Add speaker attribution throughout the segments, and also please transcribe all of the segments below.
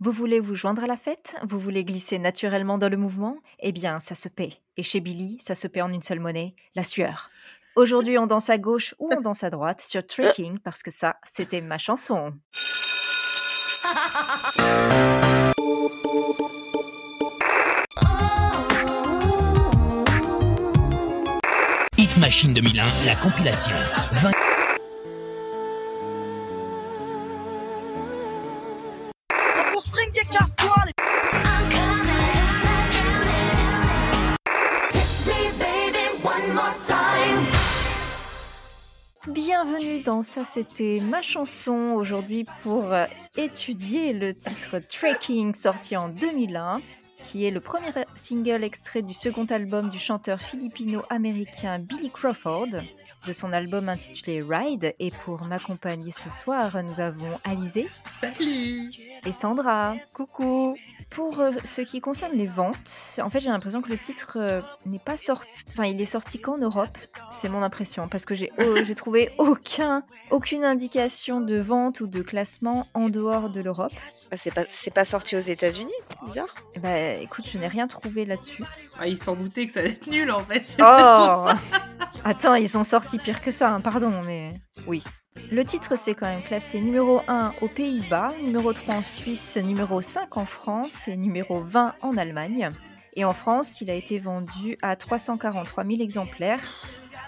Speaker 1: Vous voulez vous joindre à la fête? Vous voulez glisser naturellement dans le mouvement? Eh bien, ça se paie. Et chez Billy, ça se paie en une seule monnaie, la sueur. Aujourd'hui, on danse à gauche ou on danse à droite sur Trekking parce que ça, c'était ma chanson.
Speaker 2: Hit Machine 2001, la compilation. 20...
Speaker 1: Bienvenue dans ça, c'était ma chanson aujourd'hui pour euh, étudier le titre Trekking sorti en 2001, qui est le premier single extrait du second album du chanteur philippino-américain Billy Crawford, de son album intitulé Ride. Et pour m'accompagner ce soir, nous avons Alizé
Speaker 3: Salut
Speaker 1: et Sandra.
Speaker 4: Coucou
Speaker 1: Pour euh, ce qui concerne les ventes, en fait j'ai l'impression que le titre euh, n'est pas sorti, enfin il est sorti qu'en Europe, c'est mon impression, parce que j'ai oh, j'ai trouvé aucun, aucune indication de vente ou de classement en dehors de l'Europe.
Speaker 4: Bah, C'est pas, c'est pas sorti aux États-Unis Bizarre.
Speaker 1: Eh Ben écoute, je n'ai rien trouvé là-dessus.
Speaker 3: Ah, il s'en doutait que ça allait être nul en fait. C'est pour
Speaker 1: Oh
Speaker 3: ça.
Speaker 1: Attends, ils ont sorti pire que ça, hein, pardon, mais...
Speaker 4: Oui.
Speaker 1: Le titre s'est quand même classé numéro 1 aux Pays-Bas, numéro 3 en Suisse, numéro 5 en France et numéro 20 en Allemagne. Et en France, il a été vendu à 343 000 exemplaires.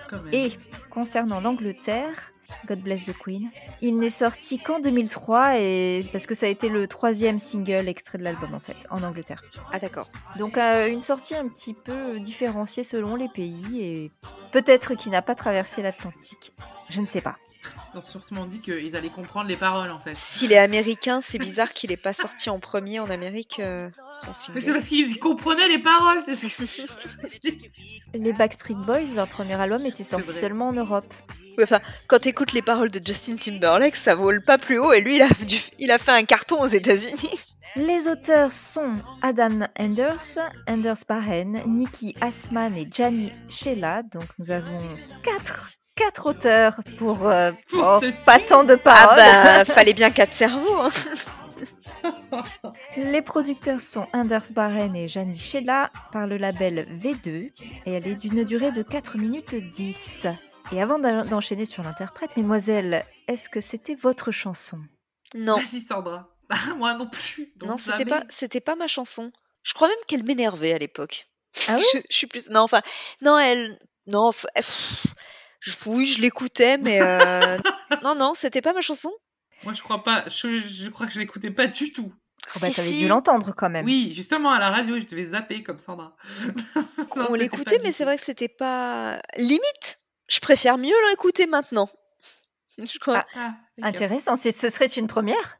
Speaker 3: Quand même.
Speaker 1: Et concernant l'Angleterre, God Bless the Queen, il n'est sorti qu'en 2003 et c'est parce que ça a été le troisième single extrait de l'album en fait, en Angleterre.
Speaker 4: Ah d'accord.
Speaker 1: Donc euh, une sortie un petit peu euh, différenciée selon les pays et peut-être qu'il n'a pas traversé l'Atlantique. Je ne sais pas.
Speaker 3: Ils ont sûrement dit qu'ils allaient comprendre les paroles en fait.
Speaker 4: S'il est américain, c'est bizarre qu'il ait pas sorti en premier en Amérique. euh, son
Speaker 3: Mais
Speaker 4: single.
Speaker 3: c'est parce qu'ils y comprenaient les paroles, c'est ce que
Speaker 1: Les Backstreet Boys, leur premier album, était sorti
Speaker 3: vrai.
Speaker 1: seulement en Europe.
Speaker 4: Ouais, enfin, quand t'écoutes les paroles de Justin Timberlake, ça vole pas plus haut et lui, il a, dû- il a fait un carton aux États-Unis.
Speaker 1: Les auteurs sont Adam Anders, Anders Baren, Nikki Asman et Gianni Shella. Donc nous avons quatre, quatre auteurs pour, euh,
Speaker 3: Pour
Speaker 1: oh,
Speaker 3: ce
Speaker 1: pas
Speaker 3: titre.
Speaker 1: tant de
Speaker 4: Ah
Speaker 1: paroles.
Speaker 4: bah, fallait bien quatre cerveaux. hein.
Speaker 1: Les producteurs sont Anders Baren et Gianni Shella par le label V2 et elle est d'une durée de 4 minutes 10. Et avant d'en- d'enchaîner sur l'interprète, mesdemoiselles, est-ce que c'était votre chanson Oh,
Speaker 4: Non,
Speaker 3: Vas-y Sandra. Ah, Moi non plus. Donc
Speaker 4: non, c'était
Speaker 3: jamais.
Speaker 4: pas, c'était pas ma chanson. Je crois même qu'elle m'énervait à l'époque.
Speaker 1: Ah ouais
Speaker 4: je, je suis plus. Non, enfin, non, elle, non, enfin, elle- pff, je, oui, je l'écoutais, mais euh, non, non, c'était pas ma chanson.
Speaker 3: Moi je crois pas. Je, je crois que je l'écoutais pas du tout.
Speaker 1: Oh bah,
Speaker 4: Si,
Speaker 1: T'avais
Speaker 4: si,
Speaker 1: dû l'entendre quand
Speaker 4: Ah,
Speaker 1: même.
Speaker 3: Oui, justement à la radio, je devais zapper comme Sandra.
Speaker 4: on
Speaker 3: Non, c'était pas
Speaker 4: l'écoutait,
Speaker 3: du
Speaker 4: mais c'est
Speaker 3: tout.
Speaker 4: vrai que c'était pas limite. Je préfère mieux l'écouter maintenant. Je crois.
Speaker 3: Ah, d'accord.
Speaker 1: Intéressant, c'est- ce serait une première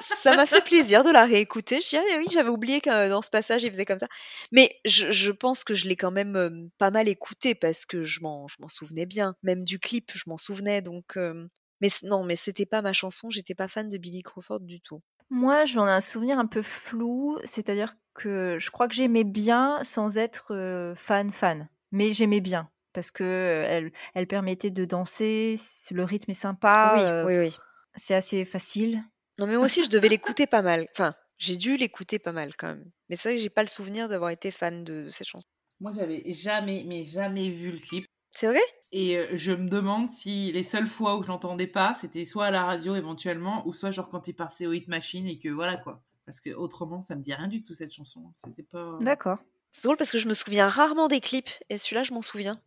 Speaker 4: Ça m'a fait plaisir de la réécouter. Je dis, ah oui, j'avais oublié que euh, dans ce passage, il faisait comme ça. Mais je, je pense que je l'ai quand même euh, pas mal écouté parce que je m'en, je m'en souvenais bien. Même du clip, je m'en souvenais. Donc, euh, mais c- non, mais c'était pas ma chanson. J'étais pas fan de Billy Crawford du tout.
Speaker 1: Moi, j'en ai un souvenir un peu flou, c'est-à-dire que je crois que j'aimais bien sans être euh, fan fan, mais j'aimais bien parce que euh, elle, elle permettait de danser, c- le rythme est
Speaker 3: Ah,
Speaker 1: sympa,
Speaker 4: oui,
Speaker 1: euh,
Speaker 4: oui, oui.
Speaker 1: c'est assez facile.
Speaker 4: Non, mais moi aussi, je devais l'écouter pas mal. Enfin, j'ai dû l'écouter pas mal quand même. Mais c'est vrai que j'ai pas le souvenir d'avoir été fan de cette chanson.
Speaker 3: Moi j'avais jamais, mais jamais vu le clip.
Speaker 4: C'est vrai
Speaker 3: Et euh, je me demande si les seules fois où je l'entendais pas, c'était soit à la radio éventuellement, ou soit genre quand il passait au Hit Machine et que voilà quoi. Parce que autrement, ça me dit rien du tout cette chanson. C'était pas.
Speaker 1: D'accord.
Speaker 4: C'est drôle parce que je me souviens rarement des clips et celui-là, je m'en souviens.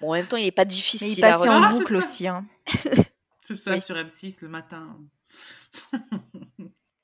Speaker 4: Bon, en même temps, il est pas difficile
Speaker 1: Mais il
Speaker 4: à
Speaker 1: passait en
Speaker 3: Ah,
Speaker 4: retenir.
Speaker 3: c'est
Speaker 1: boucle
Speaker 3: ça.
Speaker 1: aussi. hein.
Speaker 3: C'est ça
Speaker 4: Oui.
Speaker 3: sur M6 le matin.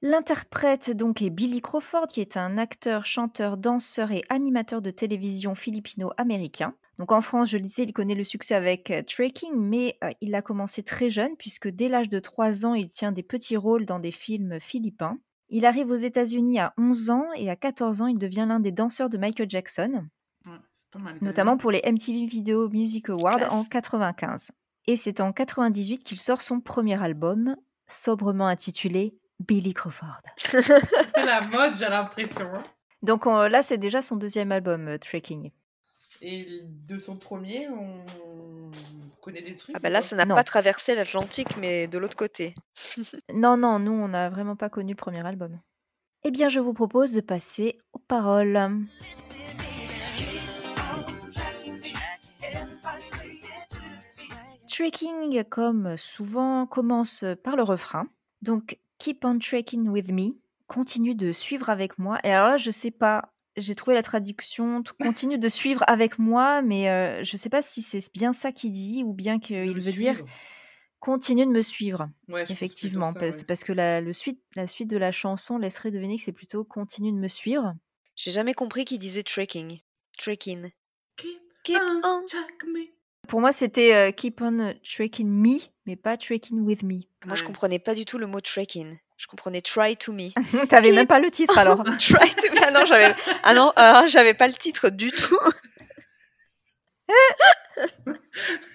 Speaker 1: L'interprète donc est Billy Crawford, qui est un acteur, chanteur, danseur et animateur de télévision philippino-américain. Donc en France, je le disais, il connaît le succès avec euh, Trekking, mais euh, il a commencé très jeune, puisque dès l'âge de 3 ans, il tient des petits rôles dans des films philippins. Il arrive aux États-Unis à 11 ans et à 14 ans, il devient l'un des danseurs de Michael Jackson
Speaker 3: Ouais, c'est pas mal. quand même.
Speaker 1: notamment pour les MTV Video Music Awards en
Speaker 4: Classe.
Speaker 1: 95. Et c'est en 98 qu'il sort son premier album, sobrement intitulé Billy Crawford.
Speaker 3: C'était la mode, j'ai l'impression. hein.
Speaker 1: Donc on- là, c'est déjà son deuxième album, euh, Trekking.
Speaker 3: Et de son premier, on connaît des trucs.
Speaker 4: Ah bah là,
Speaker 3: ou
Speaker 4: ça n'a
Speaker 1: Non.
Speaker 4: pas traversé l'Atlantique, mais de l'autre côté.
Speaker 1: Non, non, nous, on n'a vraiment pas connu le premier album. eh bien je vous propose de passer aux paroles. Trekking, comme souvent, commence par le refrain. Donc, keep on trekking with me. Continue de suivre avec moi. Et alors là, je sais pas. J'ai trouvé la traduction. t- Continue de suivre avec moi, mais euh, je sais pas si c'est bien ça qu'il dit ou bien qu'il veut dire continue de me suivre.
Speaker 3: Ouais, je pense plutôt
Speaker 1: Effectivement,
Speaker 3: ça,
Speaker 1: parce,
Speaker 3: ouais.
Speaker 1: parce que la, le suite, la suite de la chanson laisserait deviner que c'est plutôt continue de me suivre.
Speaker 4: J'ai jamais compris qu'il disait trekking. Trekking.
Speaker 3: Keep
Speaker 4: Keep
Speaker 1: Ah.
Speaker 3: on
Speaker 4: on.
Speaker 3: track me.
Speaker 1: Pour moi, c'était euh, keep on trekking me, mais pas trekking with me.
Speaker 4: Moi, je
Speaker 3: Ouais.
Speaker 4: comprenais pas du tout le mot trekking. Je comprenais try to me.
Speaker 1: T'avais même
Speaker 4: Keep
Speaker 1: pas le titre alors.
Speaker 4: try to me. Ah non, j'avais, ah non, ah, j'avais pas le titre du tout.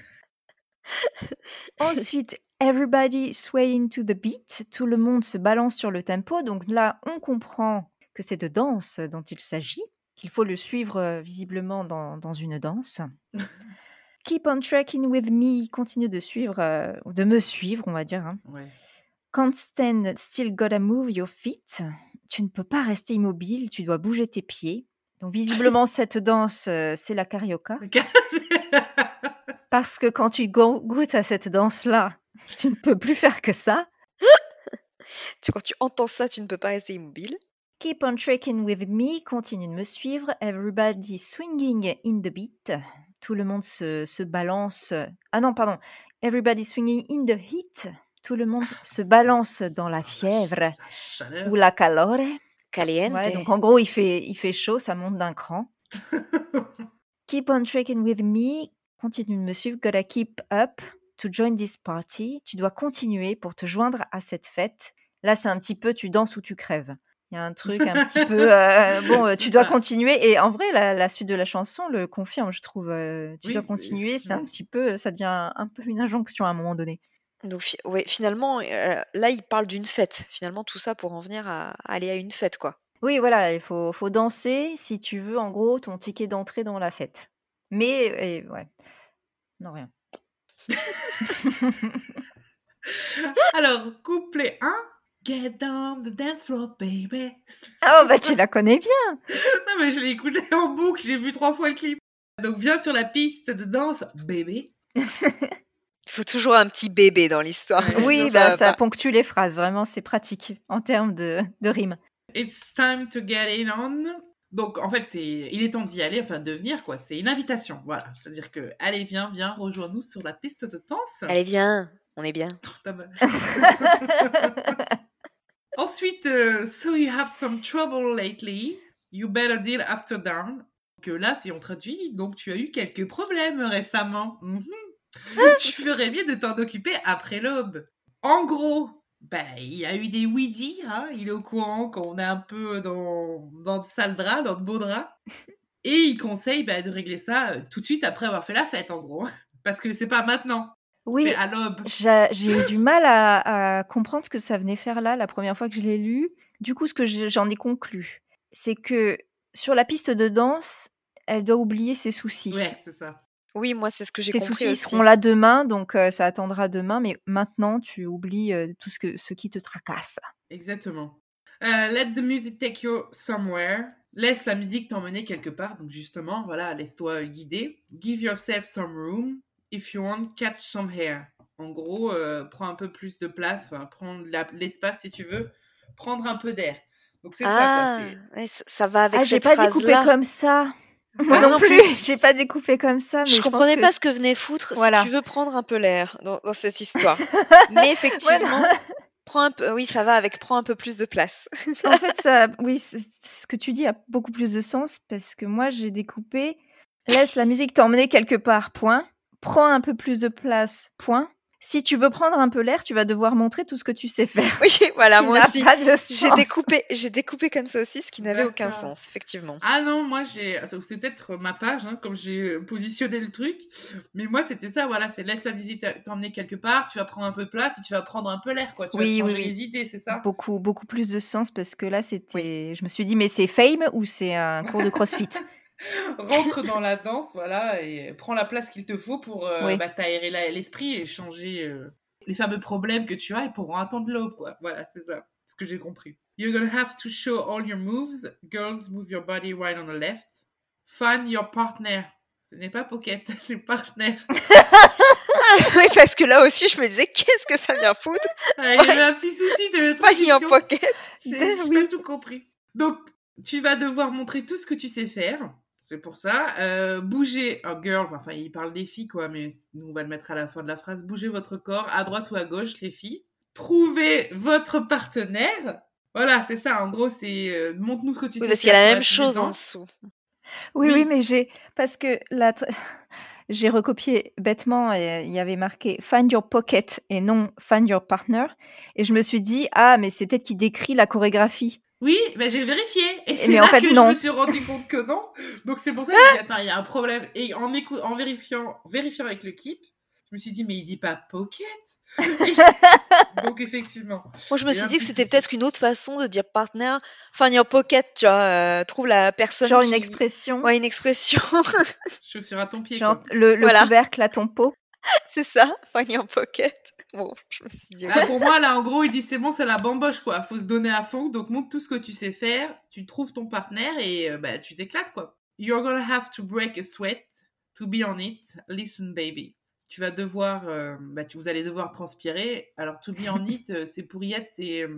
Speaker 1: Ensuite, everybody swaying to the beat. Tout le monde se balance sur le tempo. Donc là, on comprend que c'est de danse dont il s'agit, qu'il faut le suivre euh, visiblement dans, dans une danse. Keep on tracking with me. Continue de suivre, euh, ou de me suivre, on va dire. hein.
Speaker 3: Ouais.
Speaker 1: Can't stand still, gotta move your feet. Tu ne peux pas rester immobile, tu dois bouger tes pieds. Donc visiblement, cette danse, euh, c'est la carioca.
Speaker 3: Ok.
Speaker 1: Parce que quand tu go- goûtes à cette danse-là, tu ne peux plus faire que ça.
Speaker 4: Tu- Quand tu entends ça, tu ne peux pas rester immobile.
Speaker 1: Keep on trekking with me, continue de me suivre. Everybody swinging in the beat. Tout le monde se, se balance. Ah non, pardon. Everybody swinging in the heat. Tout le monde se balance dans la fièvre
Speaker 3: Ah, La chaleur.
Speaker 1: ou la calore.
Speaker 4: Caliente.
Speaker 1: Ouais, donc en gros, il fait, il fait chaud, ça monte d'un cran. Keep on trekking with me, continue de me suivre. Gotta keep up to join this party. Tu dois continuer pour te joindre à cette fête. Là, c'est un petit peu tu danses ou tu crèves. Il y a un truc un petit peu. euh, bon, euh, tu
Speaker 3: C'est
Speaker 1: dois
Speaker 3: ça.
Speaker 1: continuer. Et en vrai, la, la suite de la chanson le confirme, je trouve. euh, tu
Speaker 3: Oui,
Speaker 1: dois
Speaker 3: mais
Speaker 1: continuer, c'est un
Speaker 3: effectivement.
Speaker 1: petit peu. Ça devient un peu une injonction à un moment donné.
Speaker 4: Donc, fi- ouais, finalement, euh, là, il parle d'une fête. Finalement, tout ça pour en venir à à aller à une fête, quoi.
Speaker 1: Oui, voilà, il faut, faut danser si tu veux, en gros, ton ticket d'entrée dans la fête. Mais, et- ouais. Non, rien.
Speaker 3: Alors, couplet 1. Get down the dance floor, baby.
Speaker 1: Oh, bah tu la connais bien
Speaker 3: Non, mais je l'ai écouté en boucle, j'ai vu trois fois le clip. Donc, viens sur la piste de danse, bébé.
Speaker 4: Il faut toujours un petit bébé dans l'histoire.
Speaker 3: Ouais,
Speaker 4: sinon,
Speaker 1: Oui,
Speaker 4: ça
Speaker 1: bah,
Speaker 4: va
Speaker 1: ça
Speaker 4: pas.
Speaker 1: ponctue les phrases, vraiment, c'est pratique en termes de, de rimes.
Speaker 3: It's time to get in on. Donc, en fait, c'est, il est temps d'y aller, enfin, de venir, quoi. C'est une invitation, voilà. C'est-à-dire que, allez, viens, viens, rejoins-nous sur la piste de danse.
Speaker 4: Allez, viens. On est bien.
Speaker 3: Ta mère. Ensuite, euh, so you have some trouble lately, you better deal after down. Que là, si on traduit, donc tu as eu quelques problèmes récemment. Mhm. tu ferais bien de t'en occuper après l'aube. En gros, ben, il y a eu des weedy, hein, il est au courant qu'on est un peu dans, dans de sales draps, dans de beaux draps. Et il conseille ben, de régler ça euh, tout de suite après avoir fait la fête, en gros. Parce que c'est pas maintenant,
Speaker 1: Oui,
Speaker 3: c'est à l'aube.
Speaker 1: j'a- j'ai eu du mal à, à comprendre ce que ça venait faire là la première fois que je l'ai lu. Du coup, ce que j'ai- j'en ai conclu, c'est que sur la piste de danse, elle doit oublier ses soucis.
Speaker 3: Ouais, c'est ça.
Speaker 4: Oui, moi, c'est ce que j'ai
Speaker 1: Tes
Speaker 4: compris
Speaker 1: soucis ils
Speaker 4: aussi.
Speaker 1: seront là demain, donc euh, ça attendra demain, mais maintenant, tu oublies euh, tout ce, que, ce qui te tracasse.
Speaker 3: Exactement. Euh, let the music take you somewhere. Laisse la musique t'emmener quelque part. Donc justement, voilà, laisse-toi guider. Give yourself some room. If you want, catch some hair. En gros, euh, prends un peu plus de place, enfin, prends de la- l'espace si tu veux, prendre un peu d'air. Donc c'est ça, quoi.
Speaker 4: Ah,
Speaker 3: C'est
Speaker 4: ouais, ça ça va avec
Speaker 1: Ah, j'ai
Speaker 4: cette
Speaker 1: pas découpé
Speaker 4: phrase-là.
Speaker 1: comme ça. Moi
Speaker 4: Ah,
Speaker 1: non
Speaker 4: non
Speaker 1: plus,
Speaker 4: plus.
Speaker 1: j'ai pas découpé comme ça, mais
Speaker 4: Je
Speaker 1: je, pense
Speaker 4: comprenais
Speaker 1: que
Speaker 4: pas ce que venait foutre si
Speaker 1: Voilà.
Speaker 4: tu veux prendre un peu l'air dans, dans cette histoire. Mais
Speaker 1: Ouais, non.
Speaker 4: effectivement, prends un peu, oui, ça va avec prends un peu plus de place.
Speaker 1: En fait, ça, oui, c- ce que tu dis a beaucoup plus de sens parce que moi, j'ai découpé laisse la musique t'emmener quelque part, point. Prends un peu plus de place, point. Si tu veux prendre un peu l'air, tu vas devoir montrer tout ce que tu sais faire.
Speaker 4: Oui, voilà,
Speaker 1: qui
Speaker 4: moi
Speaker 1: n'a
Speaker 4: aussi.
Speaker 1: pas de
Speaker 4: J'ai
Speaker 1: sens.
Speaker 4: découpé, j'ai découpé comme ça aussi, ce qui n'avait aucun
Speaker 3: D'accord.
Speaker 4: sens, effectivement.
Speaker 3: Ah non, moi j'ai. C'est peut-être ma page, hein, comme j'ai positionné le truc. Mais moi c'était ça, voilà, c'est laisse la musique t'emmener quelque part, tu vas prendre un peu de place et tu vas prendre un peu l'air, quoi. Tu vas
Speaker 1: Oui,
Speaker 3: te
Speaker 1: oui,
Speaker 3: changer
Speaker 1: oui.
Speaker 3: les idées, c'est ça
Speaker 1: Beaucoup, beaucoup plus de sens parce que là, c'était. Je me suis dit, mais c'est fame ou c'est un cours de crossfit
Speaker 3: Rentre dans la danse, voilà, et prends la place qu'il te faut pour euh,
Speaker 1: Oui.
Speaker 3: bah, t'aérer la- l'esprit et changer euh, les fameux problèmes que tu as et pour attendre l'aube, quoi. Voilà, c'est ça, ce que j'ai compris. You're gonna have to show all your moves. Girls, move your body right on the left. Find your partner. Ce n'est pas pocket, c'est partner.
Speaker 4: oui, parce que là aussi, je me disais, qu'est-ce que ça vient foutre
Speaker 3: Ah, Il y avait un petit souci de
Speaker 4: Pas ni en
Speaker 3: traduction.
Speaker 4: pocket.
Speaker 3: J'ai
Speaker 1: Deux,
Speaker 3: j'ai
Speaker 1: oui.
Speaker 3: pas tout compris. Donc, tu vas devoir montrer tout ce que tu sais faire. C'est pour ça. Euh, bougez, oh, girls, enfin, il parle des filles, quoi, mais nous, on va le mettre à la fin de la phrase. Bougez votre corps, à droite ou à gauche, les filles. Trouvez votre partenaire. Voilà, c'est ça. En gros, c'est euh, montre-nous ce que tu
Speaker 4: Oui,
Speaker 3: sais
Speaker 4: parce
Speaker 3: faire.
Speaker 4: qu'il y a la
Speaker 3: sur
Speaker 4: même
Speaker 3: piste
Speaker 4: chose hein.
Speaker 3: de
Speaker 4: en
Speaker 3: danse.
Speaker 4: dessous.
Speaker 1: Oui,
Speaker 3: Oui.
Speaker 1: oui, mais j'ai. Parce que là, tr- j'ai recopié bêtement et il y avait marqué Find your pocket et non Find your partner. Et je me suis dit, ah, mais c'est peut-être qu'il décrit la chorégraphie.
Speaker 3: Oui, mais j'ai vérifié. Et c'est
Speaker 1: mais
Speaker 3: là
Speaker 1: en fait,
Speaker 3: que je
Speaker 1: non.
Speaker 3: me suis rendu compte que non. Donc c'est pour ça que j'ai dit, attends, il y a un problème. Et en, écou- en vérifiant, vérifiant avec le clip, je me suis dit, mais il dit pas pocket. Donc effectivement.
Speaker 4: Moi, je me
Speaker 3: Il y a
Speaker 4: suis
Speaker 3: un
Speaker 4: dit que
Speaker 3: petit
Speaker 4: c'était
Speaker 3: souci.
Speaker 4: peut-être une autre façon de dire partner. Enfin, your pocket, tu vois, euh, trouve la personne
Speaker 1: Genre
Speaker 4: qui...
Speaker 1: une expression,
Speaker 4: Ouais, une expression,
Speaker 3: Chaussure à ton pied.
Speaker 1: genre
Speaker 3: quoi.
Speaker 1: le, le
Speaker 4: Voilà.
Speaker 1: couvercle à ton pot.
Speaker 4: c'est ça, find your pocket. Bon, je me suis dit, ok.
Speaker 3: Ah, pour moi, là, en gros, il dit c'est bon, c'est la bamboche, quoi. Faut se donner à fond. Donc, montre tout ce que tu sais faire. Tu trouves ton partenaire et euh, bah, tu t'éclates, quoi. You're gonna have to break a sweat to be on it. Listen, baby. Tu vas devoir, euh, bah, tu, vous allez devoir transpirer. Alors, to be on it, euh, c'est pour y être, c'est. euh,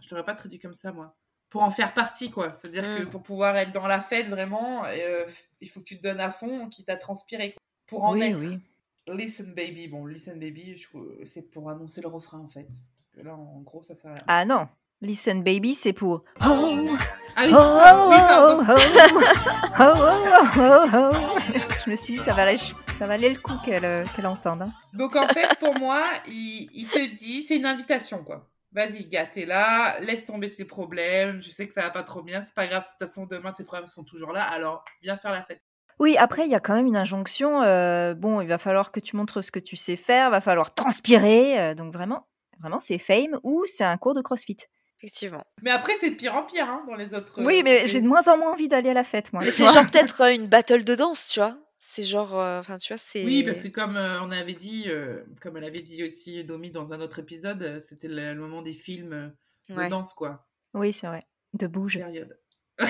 Speaker 3: je t'aurais pas traduit comme ça, moi. Pour en faire partie, quoi. C'est-à-dire que
Speaker 4: Mm.
Speaker 3: pour pouvoir être dans la fête, vraiment, euh, il faut que tu te donnes à fond, quitte à transpirer, quoi. Pour en
Speaker 1: Oui,
Speaker 3: être.
Speaker 1: oui.
Speaker 3: Listen Baby, bon, Listen Baby, je trou- c'est pour annoncer le refrain en fait. Parce que là, en gros, ça sert à rien.
Speaker 1: Ah non. Listen, baby, c'est pour. Oh,
Speaker 3: Ah
Speaker 1: oh,
Speaker 3: oui,
Speaker 1: oh,
Speaker 3: pardon, oui, pardon.
Speaker 1: oh, oh, oh, oh, oh, oh. Je me suis dit, ça valait, ça valait le coup qu'elle euh, qu'elle entende. hein.
Speaker 3: Donc en fait, pour moi, il, il te dit, c'est une invitation quoi. Vas-y, gars, t'es là, laisse tomber tes problèmes, je sais que ça va pas trop bien, c'est pas grave, de toute façon, demain tes problèmes sont toujours là, alors viens faire la fête.
Speaker 1: Oui, après, il y a quand même une injonction. euh, bon, il va falloir que tu montres ce que tu sais faire, va falloir transpirer. euh, donc vraiment, vraiment, c'est fame ou c'est un cours de crossfit.
Speaker 4: Effectivement.
Speaker 3: Mais après, c'est de pire en pire hein, dans les autres.
Speaker 1: Oui,
Speaker 3: euh,
Speaker 1: mais
Speaker 3: pays.
Speaker 1: j'ai de moins en moins envie d'aller à la fête, moi.
Speaker 4: Mais
Speaker 1: tu
Speaker 4: c'est
Speaker 1: vois.
Speaker 4: genre peut-être euh, une battle de danse, tu vois. C'est genre, euh, enfin, tu vois, c'est...
Speaker 3: Oui, parce que comme euh, on avait dit, euh, comme elle avait dit aussi Domi dans un autre épisode, euh, c'était le, le moment des films euh, de
Speaker 4: Ouais.
Speaker 3: danse quoi.
Speaker 1: Oui, c'est vrai. De bouge.
Speaker 3: période.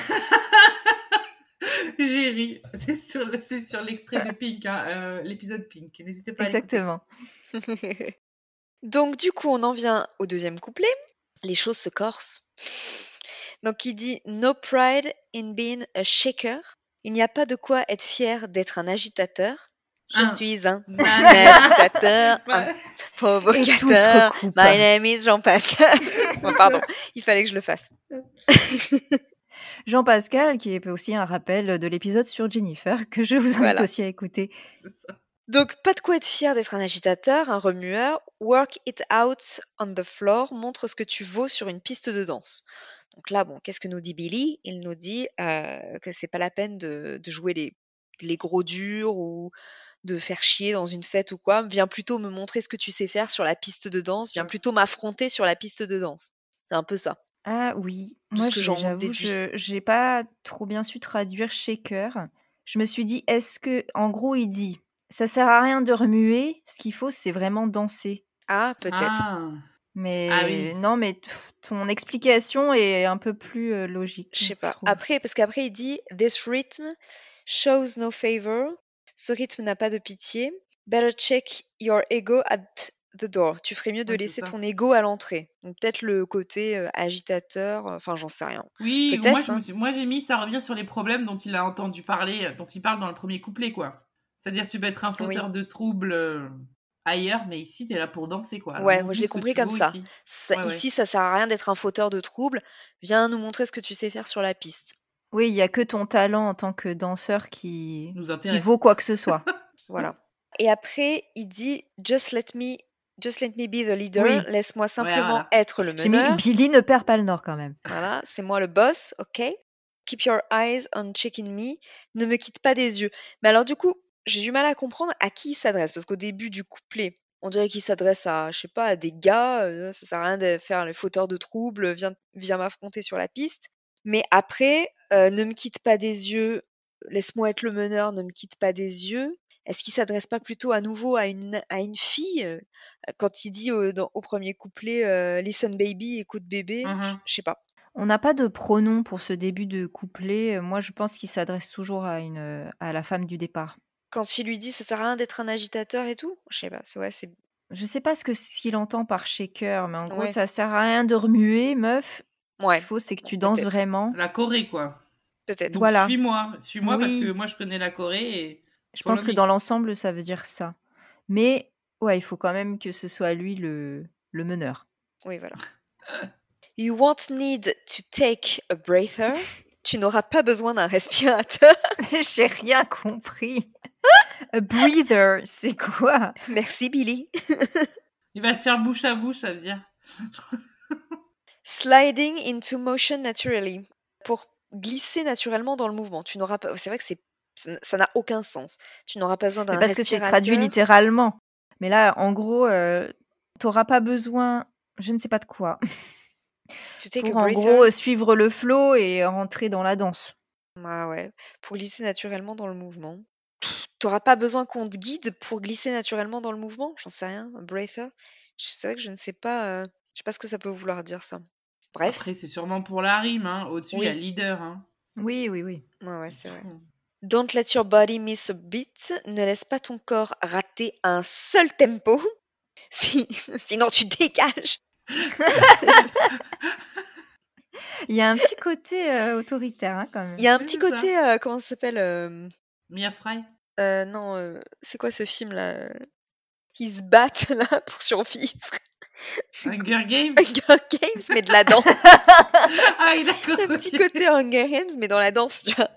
Speaker 3: J'ai ri. C'est sur, le- c'est sur l'extrait de Pink, hein, euh, l'épisode Pink. N'hésitez pas à l'écouter.
Speaker 1: Exactement.
Speaker 4: Donc du coup, on en vient au deuxième couplet. Les choses se corsent. Donc il dit No pride in being a shaker. Il n'y a pas de quoi être fier d'être un agitateur. Je
Speaker 3: Un.
Speaker 4: suis un
Speaker 3: Nana.
Speaker 4: agitateur, un
Speaker 1: Et
Speaker 3: Ouais.
Speaker 1: tout se
Speaker 4: provocateur.
Speaker 1: recoupe.
Speaker 4: My name is Jean-Pascal. Bon, pardon, il fallait que je le fasse.
Speaker 1: Jean-Pascal, qui est aussi un rappel de l'épisode sur Jennifer, que je vous invite
Speaker 4: Voilà.
Speaker 1: aussi à écouter.
Speaker 3: C'est ça.
Speaker 4: Donc, pas de quoi être fier d'être un agitateur, un remueur. Work it out on the floor. Montre ce que tu vaux sur une piste de danse. Donc là, bon, qu'est-ce que nous dit Billy Il nous dit euh, que c'est pas la peine de, de jouer les, les gros durs ou de faire chier dans une fête ou quoi. Viens plutôt me montrer ce que tu sais faire sur la piste de danse. Viens
Speaker 3: ça.
Speaker 4: plutôt m'affronter sur la piste de danse. C'est un peu ça,
Speaker 1: Ah oui,
Speaker 4: de
Speaker 1: moi
Speaker 4: ce que
Speaker 1: j'ai-
Speaker 4: j'en
Speaker 1: j'avoue,
Speaker 4: déduis.
Speaker 1: je j'ai pas trop bien su traduire shaker. Je me suis dit, est-ce que, en gros, il dit, ça sert à rien de remuer, ce qu'il faut, c'est vraiment danser.
Speaker 4: Ah, peut-être.
Speaker 3: Ah.
Speaker 1: Mais
Speaker 3: Ah oui.
Speaker 1: non, mais pff, ton explication est un peu plus euh, logique,
Speaker 4: Je
Speaker 1: je
Speaker 4: sais pas.
Speaker 1: trouve.
Speaker 4: Après, parce qu'après, il dit This rhythm shows no favor. Ce rythme n'a pas de pitié. Better check your ego at the door. Tu ferais mieux de
Speaker 3: Oui, c'est
Speaker 4: laisser
Speaker 3: ça.
Speaker 4: ton ego à l'entrée. Donc, peut-être le côté euh, agitateur. euh, Enfin, j'en sais rien.
Speaker 3: Oui, ou moi,
Speaker 4: Peut-être.
Speaker 3: je me
Speaker 4: hein.
Speaker 3: suis- moi j'ai mis, ça revient sur les problèmes dont il a entendu parler, euh, dont il parle dans le premier couplet, quoi. C'est-à-dire, tu peux être un
Speaker 4: Oui.
Speaker 3: fauteur de troubles euh, ailleurs, mais ici, t'es là pour danser, quoi. Alors,
Speaker 4: Ouais, moi, je
Speaker 3: montre-nous
Speaker 4: l'ai
Speaker 3: ce que
Speaker 4: compris
Speaker 3: tu
Speaker 4: comme
Speaker 3: vaux
Speaker 4: ça.
Speaker 3: ici.
Speaker 4: Ça-
Speaker 3: Ouais, ouais.
Speaker 4: Ici, ça sert à rien d'être un fauteur de troubles. Viens nous montrer ce que tu sais faire sur la piste.
Speaker 3: Mmh.
Speaker 1: Oui, il y a que ton talent en tant que danseur qui
Speaker 3: Nous
Speaker 1: qui
Speaker 3: intéresse.
Speaker 1: vaut quoi que ce soit.
Speaker 4: Voilà. Et après, il dit Just let me, just let me be the leader.
Speaker 3: Oui.
Speaker 4: Laisse-moi simplement
Speaker 3: voilà.
Speaker 4: être le
Speaker 1: J'ai mis
Speaker 4: meneur.
Speaker 1: Billy ne perd pas le nord quand même.
Speaker 4: Voilà, c'est moi le boss, ok Keep your eyes on checking me, ne me quitte pas des yeux. Mais alors du coup, j'ai du mal à comprendre à qui il s'adresse, parce qu'au début du couplet, on dirait qu'il s'adresse à, je sais pas, à des gars, euh, ça sert à rien de faire les fauteurs de troubles, viens, viens m'affronter sur la piste. Mais après, euh, ne me quitte pas des yeux, laisse-moi être le meneur, ne me quitte pas des yeux. Est-ce qu'il s'adresse pas plutôt à nouveau à une, à une fille euh, quand il dit euh, dans- au premier couplet euh, Listen baby, écoute bébé,
Speaker 3: Mhm.
Speaker 4: je je sais pas.
Speaker 1: On n'a pas de pronom pour ce début de couplet. Moi, je pense qu'il s'adresse toujours à, une, à la femme du départ.
Speaker 4: Quand il lui dit ça sert à rien d'être un agitateur et tout, je sais pas, c'est ouais, c'est
Speaker 1: Je sais pas ce que ce qu'il entend par shaker, mais en gros,
Speaker 4: Ouais.
Speaker 1: ça sert à rien de remuer, meuf. Ce
Speaker 4: ouais,
Speaker 1: qu'il faut, c'est que tu danses
Speaker 4: peut-être.
Speaker 1: vraiment.
Speaker 3: La Corée, quoi.
Speaker 4: peut-être.
Speaker 3: Donc,
Speaker 1: Voilà.
Speaker 3: suis-moi. Suis-moi parce
Speaker 1: Oui.
Speaker 3: que moi, je connais la Corée et
Speaker 1: Je
Speaker 3: Follow
Speaker 1: pense que
Speaker 3: me.
Speaker 1: dans l'ensemble, ça veut dire ça. Mais ouais, il faut quand même que ce soit lui le, le meneur.
Speaker 4: Oui, voilà. You won't need to take a breather. Tu n'auras pas besoin d'un respirateur.
Speaker 1: J'ai rien compris. A breather, c'est quoi
Speaker 4: Merci Billy.
Speaker 3: il va se faire bouche à bouche, ça veut dire.
Speaker 4: Sliding into motion naturally. Pour glisser naturellement dans le mouvement. Tu n'auras pas. C'est vrai que c'est ça n- ça n'a aucun sens. Tu n'auras pas besoin
Speaker 1: Mais
Speaker 4: d'un
Speaker 1: Parce que c'est traduit
Speaker 4: respirateur.
Speaker 1: littéralement. Mais là, en gros, euh, t'auras pas besoin, je ne sais pas de quoi,
Speaker 4: To take a
Speaker 1: pour en
Speaker 4: breather.
Speaker 1: gros euh, suivre le flot et rentrer dans la danse.
Speaker 4: Ah ouais. Pour glisser naturellement dans le mouvement. Pff, T'auras pas besoin qu'on te guide pour glisser naturellement dans le mouvement. J'en sais rien. Un breather. Je- C'est vrai que je ne sais pas. euh, Je sais pas ce que ça peut vouloir dire ça. Bref.
Speaker 3: Après, c'est sûrement pour la rime. Hein. Au-dessus, il y a
Speaker 4: Oui.
Speaker 3: leader. Hein.
Speaker 1: Oui, oui, oui.
Speaker 4: Ouais, ouais, c'est
Speaker 3: C'est
Speaker 4: vrai.
Speaker 3: tout.
Speaker 4: Don't let your body miss a beat. Ne laisse pas ton corps rater un seul tempo. Si, sinon tu dégages.
Speaker 1: Il y a un petit côté euh, autoritaire hein, quand même.
Speaker 4: Il y a un
Speaker 3: Oui,
Speaker 4: petit
Speaker 3: c'est ça.
Speaker 4: côté, euh, comment ça s'appelle euh,
Speaker 3: Mia Fry.
Speaker 4: euh, Non, euh, c'est quoi ce film là euh, Ils se battent là pour survivre.
Speaker 3: Hunger Game.
Speaker 4: Hunger Games, mais de la danse.
Speaker 3: ah, il a
Speaker 4: un
Speaker 3: compris.
Speaker 4: petit côté Hunger Games, mais dans la danse, tu vois.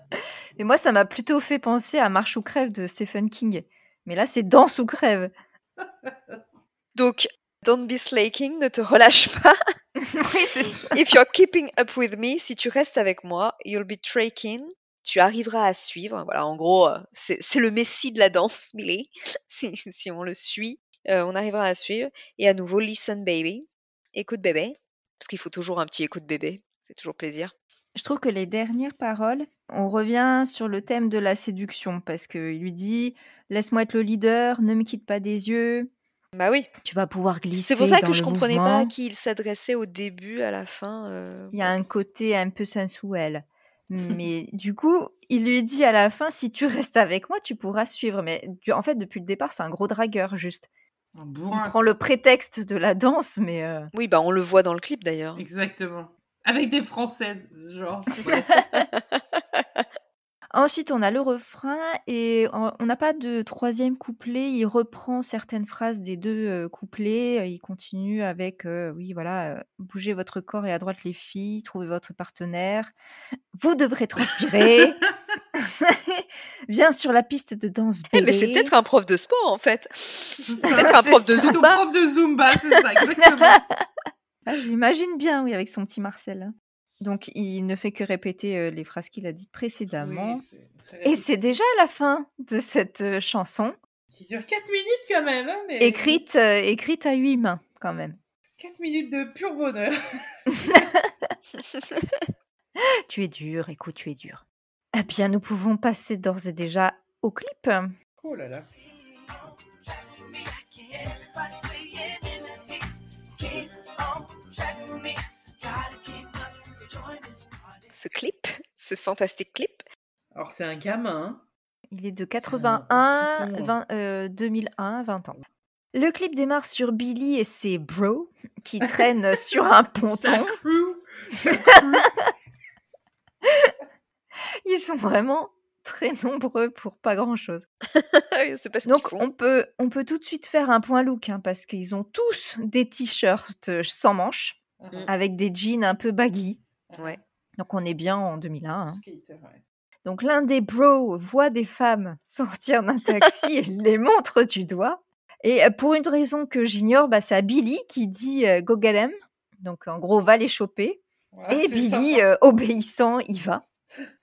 Speaker 1: Mais moi, ça m'a plutôt fait penser à Marche ou crève de Stephen King. Mais là, c'est danse ou crève.
Speaker 4: Donc, don't be slaking, ne te relâche pas.
Speaker 1: oui, c'est ça.
Speaker 4: If you're keeping up with me, si tu restes avec moi, you'll be tracking. Tu arriveras à suivre. Voilà, en gros, euh, c'est c'est le messie de la danse, Billy. si, si on le suit, euh, on arrivera à suivre. Et à nouveau, listen, baby. Écoute, bébé. Parce qu'il faut toujours un petit écoute, bébé. Ça fait toujours plaisir.
Speaker 1: Je trouve que les dernières paroles, on revient sur le thème de la séduction parce qu'il lui dit Laisse-moi être le leader, ne me quitte pas des yeux,
Speaker 4: Bah oui.
Speaker 1: tu vas pouvoir
Speaker 4: C'est
Speaker 1: glisser
Speaker 4: pour ça
Speaker 1: dans
Speaker 4: que je
Speaker 1: le
Speaker 4: comprenais pas à
Speaker 1: mouvement.
Speaker 4: qui il s'adressait au début, à la fin. euh,
Speaker 1: Il y a un côté un peu sensuel. Mais du coup, il lui dit à la fin Si tu restes avec moi, tu pourras suivre. Mais du- en fait, depuis le départ, c'est un gros dragueur, juste.
Speaker 3: Un
Speaker 1: Il
Speaker 3: bourrin.
Speaker 1: prend le prétexte de la danse, mais. euh,
Speaker 4: Oui, bah on le voit dans le clip d'ailleurs.
Speaker 3: Exactement. Avec des Françaises, genre. bref.
Speaker 1: Ensuite, on a le refrain et on on n'a pas de troisième couplet. Il reprend certaines phrases des deux euh, couplets. Il continue avec, euh, oui, voilà, euh, bougez votre corps et à droite les filles, trouvez votre partenaire. Vous devrez transpirer. Viens sur la piste de danse
Speaker 4: Eh,
Speaker 1: bébé.
Speaker 4: mais c'est peut-être un prof de sport en fait.
Speaker 3: C'est
Speaker 4: C'est
Speaker 3: ça,
Speaker 4: peut-être un
Speaker 1: c'est
Speaker 4: prof de
Speaker 1: ça.
Speaker 3: Ton
Speaker 4: zumba.
Speaker 3: prof de Zumba, c'est ça, exactement.
Speaker 1: Ah, je l'imagine bien, oui, avec son petit Marcel. hein. Donc, il ne fait que répéter euh, les phrases qu'il a dites précédemment.
Speaker 3: Oui, c'est très
Speaker 1: et
Speaker 3: rapide.
Speaker 1: c'est déjà la fin de cette euh, chanson.
Speaker 3: Qui dure 4 minutes quand même. Hein, mais...
Speaker 1: écrite, euh, écrite à huit mains quand même.
Speaker 3: 4 minutes de pur bonheur.
Speaker 1: Tu es dur, écoute, tu es dur. Eh bien, nous pouvons passer d'ores et déjà au clip.
Speaker 3: Oh là là.
Speaker 4: Ce clip, ce fantastique clip.
Speaker 3: Alors, c'est un gamin. hein.
Speaker 1: Il est de
Speaker 3: C'est un
Speaker 1: 81,
Speaker 3: petit con, hein.
Speaker 1: 20, euh, 2001, 20 ans. Le clip démarre sur Billy et ses bros qui traînent sur un
Speaker 3: Ça
Speaker 1: ponton.
Speaker 3: crew. Ça crew.
Speaker 1: Ils sont vraiment très nombreux pour pas grand-chose.
Speaker 4: Ah c'est pas ce qu'ils
Speaker 1: Donc
Speaker 4: font.
Speaker 1: on peut, on peut tout de suite faire un point look hein, parce qu'ils ont tous des t-shirts euh, sans manches
Speaker 3: Mhm.
Speaker 1: avec des jeans un peu baggy.
Speaker 4: Mm. Ouais.
Speaker 1: Donc on est bien en 2001. hein.
Speaker 3: Skater, ouais.
Speaker 1: Donc l'un des bros voit des femmes sortir d'un taxi et les montre du doigt. Et euh, pour une raison que j'ignore, bah, c'est à Billy qui dit euh, Go get 'em Donc en gros, va les choper.
Speaker 3: Voilà,
Speaker 1: et
Speaker 3: Ah, c'est
Speaker 1: Billy,
Speaker 3: sympa.
Speaker 1: euh, obéissant, y va.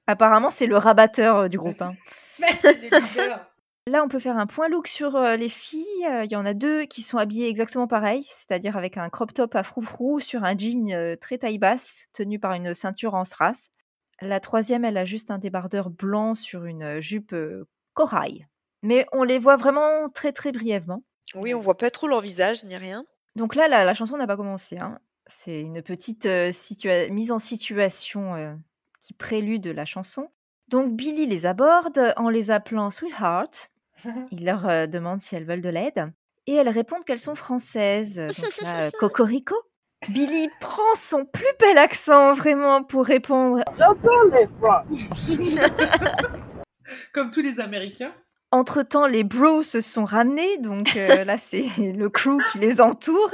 Speaker 1: Apparemment, c'est le rabatteur euh, du groupe. hein.
Speaker 3: Mais c'est le leader.
Speaker 1: Là, on peut faire un point look sur euh, les filles. Euh, Il y en a deux qui sont habillées exactement pareil, c'est-à-dire avec un crop top à froufrou sur un jean euh, très taille basse, tenu par une ceinture en strass. La troisième, elle a juste un débardeur blanc sur une euh, jupe euh, corail. Mais on les voit vraiment très très brièvement.
Speaker 4: Oui, on voit pas trop leur visage ni rien.
Speaker 1: Donc là, la, la chanson n'a pas commencé. hein. C'est une petite euh, situa- mise en situation euh, qui prélude la chanson. Donc Billy les aborde en les appelant Sweetheart. Il leur euh, demande si elles veulent de l'aide. Et elles répondent qu'elles sont françaises. Donc là, euh, Cocorico. Billy prend son plus bel accent vraiment pour répondre
Speaker 3: Comme tous les Américains.
Speaker 1: Entre-temps, les bros se sont ramenés, donc euh, là, c'est le crew qui les entoure.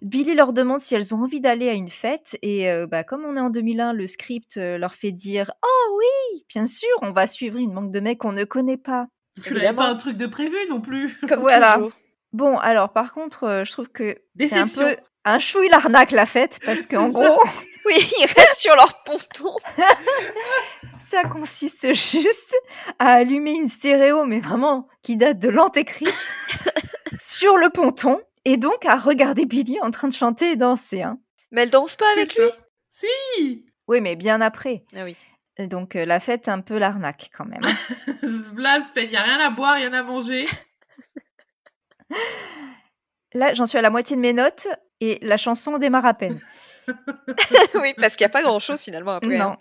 Speaker 1: Billy leur demande si elles ont envie d'aller à une fête, et euh, bah, comme on est en 2001, le script euh, leur fait dire « Oh oui, bien sûr, on va suivre une banque de mecs qu'on ne connaît pas
Speaker 3: Tu n'avais
Speaker 4: Évidemment.
Speaker 3: pas un truc de prévu non plus. ».
Speaker 4: Comme
Speaker 1: Voilà.
Speaker 4: toujours. ».
Speaker 1: Bon, alors par contre, euh, je trouve que c'est un
Speaker 3: Déception.
Speaker 1: peu un chouille l'arnaque, la fête, parce
Speaker 3: C'est
Speaker 1: qu'en
Speaker 3: ça.
Speaker 1: gros,
Speaker 4: Oui, ils restent sur leur ponton.
Speaker 1: ça consiste juste à allumer une stéréo, mais vraiment, qui date de l'antéchrist, sur le ponton, et donc à regarder Billy en train de chanter et danser. hein.
Speaker 4: Mais elle danse pas
Speaker 3: C'est
Speaker 4: avec
Speaker 3: ça.
Speaker 4: lui.
Speaker 3: Si
Speaker 1: Oui, mais bien après.
Speaker 4: Ah oui.
Speaker 1: Donc euh, la fête, un peu l'arnaque quand même. hein.
Speaker 3: Vlad fait, il n'y a rien à boire, rien à manger.
Speaker 1: Là, j'en suis à la moitié de mes notes et la chanson démarre à peine.
Speaker 4: oui, parce qu'il n'y a pas grand chose finalement après. hein.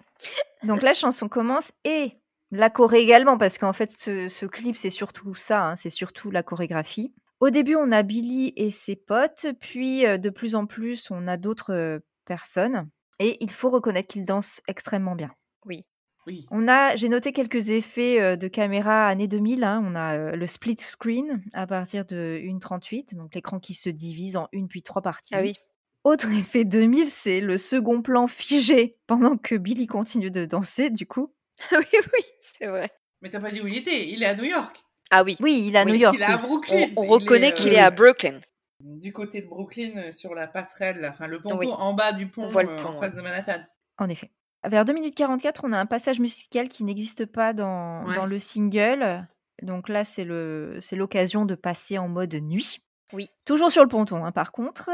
Speaker 1: Non. Donc la chanson commence et la choré également, parce qu'en fait, ce, ce clip, c'est surtout ça, hein, c'est surtout la chorégraphie. Au début, on a Billy et ses potes, puis euh, de plus en plus, on a d'autres euh, personnes. Et il faut reconnaître qu'ils dansent extrêmement bien.
Speaker 3: Oui.
Speaker 1: On a, j'ai noté quelques effets euh, de caméra années 2000. hein. On a euh, le split screen à partir de 1.38, donc l'écran qui se divise en une puis trois parties.
Speaker 4: Ah oui.
Speaker 1: Autre effet 2000, c'est le second plan figé pendant que Billy continue de danser, du coup.
Speaker 4: Ah oui, oui, c'est vrai.
Speaker 3: Mais t'as pas dit où il était. Il est à New York.
Speaker 4: Ah oui.
Speaker 1: Oui, il est à
Speaker 4: Oui,
Speaker 1: New York.
Speaker 3: Il est à
Speaker 1: oui.
Speaker 4: On,
Speaker 3: Brooklyn.
Speaker 4: on
Speaker 3: Il
Speaker 4: reconnaît
Speaker 3: euh,
Speaker 4: qu'il est à Brooklyn.
Speaker 3: Du côté de Brooklyn, euh, sur la passerelle, là. enfin le ponton
Speaker 4: Oui.
Speaker 3: en bas du pont,
Speaker 4: On voit le
Speaker 3: euh,
Speaker 4: pont,
Speaker 3: en face de Manhattan.
Speaker 1: En effet. Vers 2 minutes 44, on a un passage musical qui n'existe pas dans,
Speaker 3: Ouais.
Speaker 1: dans le single. Donc là, c'est le- c'est l'occasion de passer en mode nuit.
Speaker 4: Oui.
Speaker 1: Toujours sur le ponton, hein, par contre.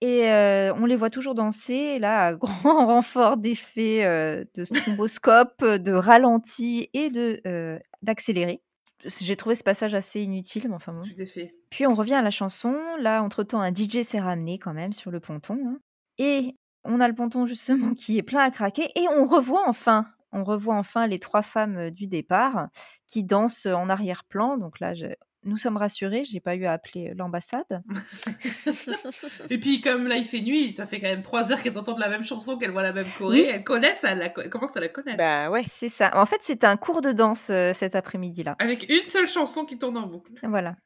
Speaker 1: Et euh, on les voit toujours danser, et là, à grand renfort d'effets euh, de stroboscope, de ralenti et de euh, d'accéléré. J'ai trouvé ce passage assez inutile, mais enfin
Speaker 4: Mmh.
Speaker 1: bon.
Speaker 3: Je les ai fait.
Speaker 1: Puis on revient à la chanson. Là, entre-temps, un DJ s'est ramené quand même sur le ponton. hein. Et on a le ponton justement qui est plein à craquer. Et on revoit enfin, on revoit enfin les trois femmes euh, du départ qui dansent euh, en arrière-plan. Donc là, je- nous sommes rassurés, j'ai pas eu à appeler euh, l'ambassade.
Speaker 3: Et puis, comme là, il fait nuit, ça fait quand même trois heures qu'elles entendent la même chanson, qu'elles voient la même choré.
Speaker 1: Oui.
Speaker 3: Elles connaissent, elles, la co- elles commencent à la connaître.
Speaker 4: Bah ouais.
Speaker 1: C'est ça. En fait, c'était un cours de danse euh, cet après-midi-là.
Speaker 3: Avec une seule chanson qui tourne en boucle.
Speaker 1: Voilà.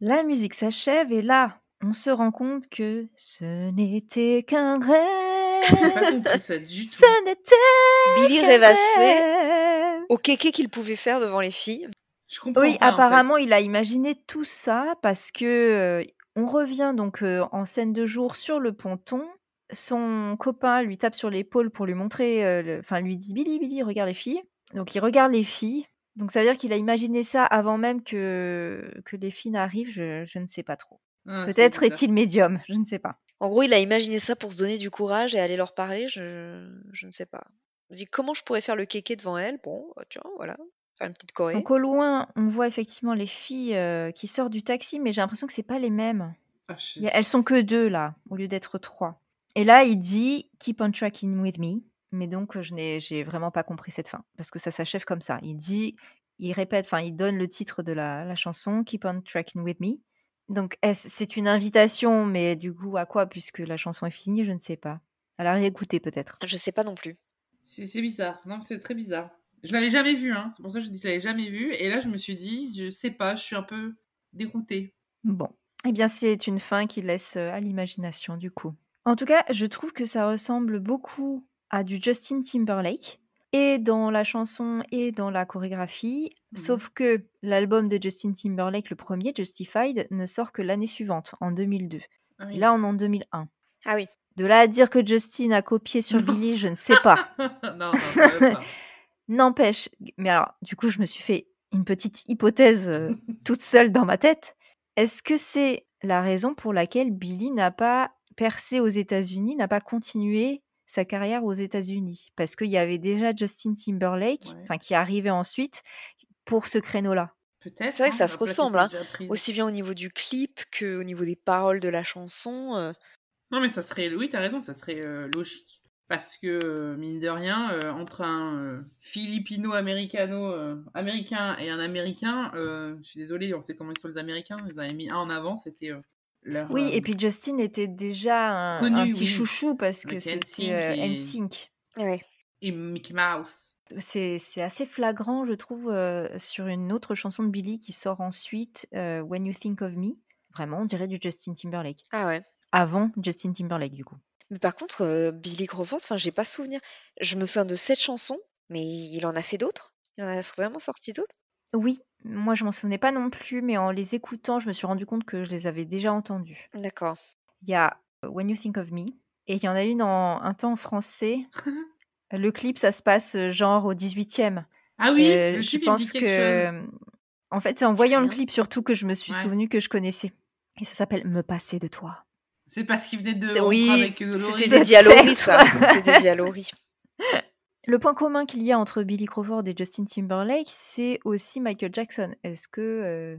Speaker 1: La musique s'achève et là, on se rend compte que ce n'était qu'un
Speaker 3: J'ai pas
Speaker 1: rêve.
Speaker 3: compris ça du tout.
Speaker 1: ce n'était
Speaker 4: Billy
Speaker 1: qu'un
Speaker 4: rêvassait
Speaker 1: rêve.
Speaker 4: au kéké qu'il pouvait faire devant les filles.
Speaker 3: Je comprends
Speaker 1: Oui,
Speaker 3: pas. en fait.
Speaker 1: apparemment, il a imaginé tout ça parce que euh, on revient donc euh, en scène de jour sur le ponton. Son copain lui tape sur l'épaule pour lui montrer, euh, le- enfin lui dit Billy, Billy, regarde les filles. Donc il regarde les filles. Donc ça veut dire qu'il a imaginé ça avant même que, que les filles n'arrivent. Je, je ne sais pas trop.
Speaker 3: Ah, c'est
Speaker 1: Peut-être
Speaker 3: bizarre.
Speaker 1: est-il médium, je ne sais pas.
Speaker 4: En gros, il a imaginé ça pour se donner du courage et aller leur parler. Je, je ne sais pas. Il se dit comment je pourrais faire le kéké devant elles. Bon, euh, tu vois, voilà. Faire une petite choré.
Speaker 1: Donc au loin, on voit effectivement les filles euh, qui sortent du taxi, mais j'ai l'impression que c'est pas les mêmes.
Speaker 3: Ah, je-
Speaker 1: Y a- Elles sont que deux là, au lieu d'être trois. Et là, il dit Keep on tracking with me. Mais donc, euh, je n'ai, j'ai vraiment pas compris cette fin parce que ça s'achève comme ça. Il dit, il répète, enfin, il donne le titre de la, la chanson Keep on tracking with me. Donc, est-ce- c'est une invitation, mais du coup, à quoi Puisque la chanson est finie, je ne sais pas. À la réécouter peut-être.
Speaker 4: Je sais pas non plus.
Speaker 3: C'est c'est bizarre. Non, mais c'est très bizarre. Je l'avais jamais vu, hein. C'est pour ça que je dis que je l'avais jamais vu. Et là, je me suis dit, je sais pas, je suis un peu dégoûtée.
Speaker 1: Bon. Eh bien, c'est une fin qui laisse euh, à l'imagination, du coup. En tout cas, je trouve que ça ressemble beaucoup à du Justin Timberlake, et dans la chanson et dans la chorégraphie,
Speaker 3: Mhm.
Speaker 1: sauf que l'album de Justin Timberlake, le premier, Justified, ne sort que l'année suivante, en 2002.
Speaker 3: Ah oui.
Speaker 1: Et là, on est en 2001.
Speaker 4: Ah oui.
Speaker 1: De là à dire que Justin a copié sur
Speaker 3: Non.
Speaker 1: Billy, je ne sais pas.
Speaker 3: non, non, quand même pas.
Speaker 1: N'empêche, mais alors, du coup, je me suis fait une petite hypothèse euh, toute seule dans ma tête. Est-ce que c'est la raison pour laquelle Billy n'a pas percé aux États-Unis, n'a pas continué sa carrière aux États-Unis Parce qu'il y avait déjà Justin Timberlake,
Speaker 3: Ouais.
Speaker 1: enfin qui arrivait ensuite pour ce créneau-là.
Speaker 3: Peut-être.
Speaker 4: C'est vrai que
Speaker 3: hein,
Speaker 4: ça se
Speaker 3: la place
Speaker 4: ressemble,
Speaker 3: était
Speaker 4: hein.
Speaker 3: déjà prise.
Speaker 4: Aussi bien au niveau du clip que au niveau des paroles de la chanson. euh,
Speaker 3: Non, mais ça serait, oui, t'as raison, ça serait euh, logique. Parce que, euh, mine de rien, euh, entre un euh, Filipino-Américano, euh, américain et un américain, euh, je suis désolée, on sait comment ils sont les américains, ils avaient mis un en avant, c'était euh, leur.
Speaker 1: Oui,
Speaker 3: euh,
Speaker 1: et puis Justin était déjà un,
Speaker 3: connu,
Speaker 1: un petit
Speaker 3: oui.
Speaker 1: chouchou parce que
Speaker 3: Avec
Speaker 1: c'était
Speaker 3: NSYNC
Speaker 1: euh,
Speaker 3: et-
Speaker 1: NSYNC.
Speaker 4: Ouais.
Speaker 3: Et Mickey Mouse.
Speaker 1: C'est c'est assez flagrant, je trouve, euh, sur une autre chanson de Billy qui sort ensuite, euh, When You Think of Me. Vraiment, on dirait du Justin Timberlake.
Speaker 4: Ah ouais.
Speaker 1: Avant Justin Timberlake, du coup.
Speaker 4: Mais par contre, euh, Billy Crawford, enfin, j'ai pas souvenir. Je me souviens de cette chanson, mais il en a fait d'autres. Il en a vraiment sorti d'autres.
Speaker 1: Oui, moi je m'en souvenais pas non plus, mais en les écoutant, je me suis rendu compte que je les avais déjà entendus.
Speaker 4: D'accord.
Speaker 1: Il y a euh, When You Think of Me, et il y en a une en- un peu en français. Le clip, ça se passe euh, genre au 18e.
Speaker 3: Ah oui,
Speaker 1: Euh,
Speaker 3: le
Speaker 1: je
Speaker 3: clip, il me dit
Speaker 1: pense
Speaker 3: quelque chose.
Speaker 1: que. euh, En fait, c'est en
Speaker 4: dit
Speaker 1: voyant le
Speaker 4: rien.
Speaker 1: clip surtout que je me suis
Speaker 3: Ouais.
Speaker 1: souvenu que je connaissais. Et ça s'appelle Me passer de toi.
Speaker 3: C'est parce qu'il venait de
Speaker 4: C'est-
Speaker 3: rompre
Speaker 4: oui,
Speaker 3: avec euh, Laurie.
Speaker 4: c'était des dialogues, ça.
Speaker 1: Peut-être.
Speaker 4: C'était des dialogues.
Speaker 1: Le point commun qu'il y a entre Billy Crawford et Justin Timberlake, c'est aussi Michael Jackson. Est-ce que euh,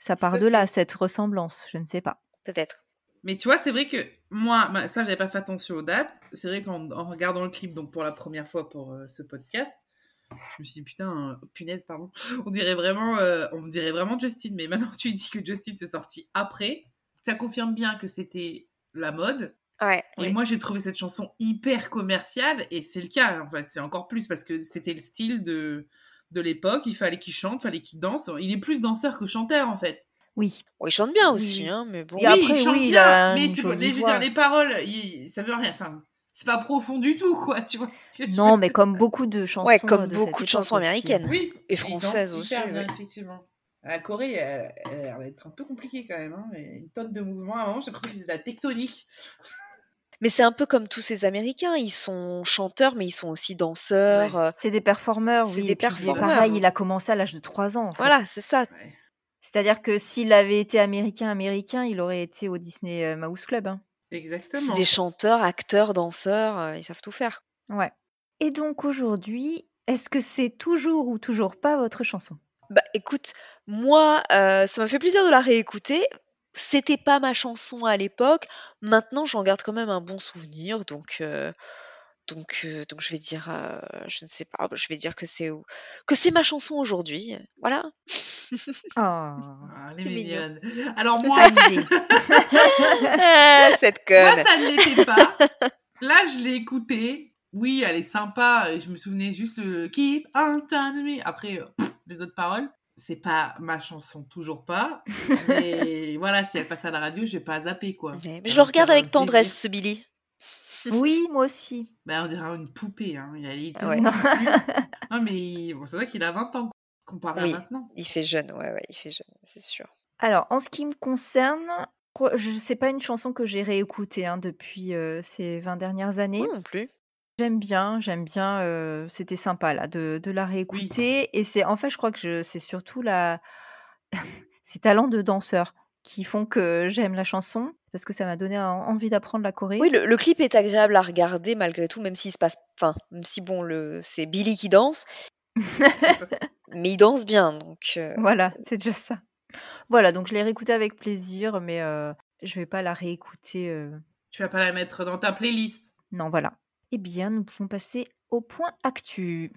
Speaker 1: ça part
Speaker 3: à
Speaker 1: de là,
Speaker 3: fait.
Speaker 1: cette ressemblance Je ne sais pas.
Speaker 4: Peut-être.
Speaker 3: Mais tu vois, c'est vrai que moi, ma- ça, j'avais pas fait attention aux dates. C'est vrai qu'en en regardant le clip, donc pour la première fois pour euh, ce podcast, je me suis dit, putain, euh, punaise, pardon. On dirait vraiment, euh, on dirait vraiment Justin. Mais maintenant, tu dis que Justin s'est sorti après. Ça confirme bien que c'était la mode.
Speaker 4: Ouais.
Speaker 3: Et
Speaker 1: Ouais.
Speaker 3: moi, j'ai trouvé cette chanson hyper commerciale. Et c'est le cas. Enfin, c'est encore plus parce que c'était le style de, de l'époque. Il fallait qu'il chante, fallait qu'il danse. Il est plus danseur que chanteur, en fait.
Speaker 1: Oui.
Speaker 4: Bon, il chante bien
Speaker 1: Oui,
Speaker 4: aussi,
Speaker 1: oui.
Speaker 4: hein, mais bon.
Speaker 1: Et
Speaker 3: oui,
Speaker 1: après,
Speaker 3: il chante
Speaker 1: oui, il
Speaker 3: bien,
Speaker 1: a
Speaker 3: mais
Speaker 1: une
Speaker 3: c'est pas-
Speaker 1: jolie
Speaker 3: les, je veux
Speaker 1: voix.
Speaker 3: dire, les paroles, il- ça veut rien. Enfin, c'est pas profond du tout, quoi. Tu vois ce que je veux
Speaker 1: Non, mais
Speaker 3: dire
Speaker 1: comme beaucoup de chansons
Speaker 4: Ouais, comme
Speaker 1: euh, de
Speaker 4: beaucoup
Speaker 1: cette
Speaker 4: de chansons
Speaker 1: époque aussi.
Speaker 4: américaines.
Speaker 3: Oui,
Speaker 4: Et
Speaker 3: il danse
Speaker 4: françaises aussi,
Speaker 3: hyper bien,
Speaker 4: ouais.
Speaker 3: effectivement. La Corée, elle, elle a l'air d'être un peu compliquée quand même. Hein. mais Une tonne de mouvements. À un moment, j'ai l'impression qu'ils faisaient de la tectonique.
Speaker 4: Mais c'est un peu comme tous ces Américains. Ils sont chanteurs, mais ils sont aussi danseurs.
Speaker 3: Ouais.
Speaker 4: euh,
Speaker 1: C'est des performeurs,
Speaker 4: c'est
Speaker 1: oui.
Speaker 4: des
Speaker 1: Et puis,
Speaker 3: Exactement.
Speaker 1: pareil,
Speaker 4: performeurs.
Speaker 1: il a commencé à l'âge de 3 ans, en fait.
Speaker 4: Voilà, c'est ça.
Speaker 3: Ouais.
Speaker 1: C'est-à-dire que s'il avait été américain, américain, il aurait été au Disney euh, Mouse Club. hein.
Speaker 4: C'est
Speaker 3: Exactement.
Speaker 4: des chanteurs, acteurs, danseurs. euh, ils savent tout faire.
Speaker 1: Ouais. Et donc aujourd'hui, est-ce que c'est toujours ou toujours pas votre chanson
Speaker 4: Bah écoute, moi, euh, ça m'a fait plaisir de la réécouter. C'était pas ma chanson à l'époque. Maintenant, j'en garde quand même un bon souvenir. Donc, euh, donc, euh, donc je vais dire, euh, je ne sais pas, je vais dire que c'est au- que c'est ma chanson aujourd'hui. Voilà.
Speaker 1: Oh,
Speaker 3: Ah, les
Speaker 4: C'est mignon.
Speaker 3: mignonnes. Alors moi,
Speaker 1: Alizé.
Speaker 4: Ah, cette
Speaker 3: moi,
Speaker 4: conne.
Speaker 3: ça ne l'était pas. Là, je l'ai écoutée. Oui, elle est sympa. et Je me souvenais juste le Keep on turning me. Après, euh, pff, les autres paroles. C'est pas ma chanson, toujours pas. Mais voilà, si elle passe à la radio, je vais pas zapper, quoi.
Speaker 4: Ouais, mais
Speaker 3: Ça
Speaker 4: je
Speaker 3: va
Speaker 4: le
Speaker 3: me faire
Speaker 4: regarde
Speaker 3: euh,
Speaker 4: avec
Speaker 3: plaisir.
Speaker 4: tendresse, ce Billy.
Speaker 1: oui, moi aussi.
Speaker 3: Bah, on dirait une poupée, hein. Il est
Speaker 4: Ah ouais.
Speaker 3: tellement confus. Non, mais bon, c'est vrai qu'il a 20 ans, quoi, comparé à
Speaker 4: Oui,
Speaker 3: maintenant.
Speaker 4: il fait jeune. Ouais, ouais, il fait jeune, c'est sûr.
Speaker 1: Alors, en ce qui me concerne, quoi- je sais pas une chanson que j'ai réécoutée hein, depuis euh, ces 20 dernières années.
Speaker 4: Moi non plus.
Speaker 1: J'aime bien, j'aime bien. euh, C'était sympa là de, de la réécouter. Et c'est en fait, je crois que je- c'est surtout la, ces talents de danseur qui font que j'aime la chanson parce que ça m'a donné en- envie d'apprendre la Corée.
Speaker 4: Oui, le, le clip est agréable à regarder malgré tout, même s'il se passe, enfin, même si bon, le c'est Billy qui danse,
Speaker 3: C'est ça.
Speaker 4: mais il danse bien, donc euh,
Speaker 1: Voilà, c'est déjà ça. Voilà, donc je l'ai réécoutée avec plaisir, mais euh, je vais pas la réécouter. euh,
Speaker 3: Tu vas pas la mettre dans ta playlist.
Speaker 1: Non, voilà. Eh bien, nous pouvons passer au point actu.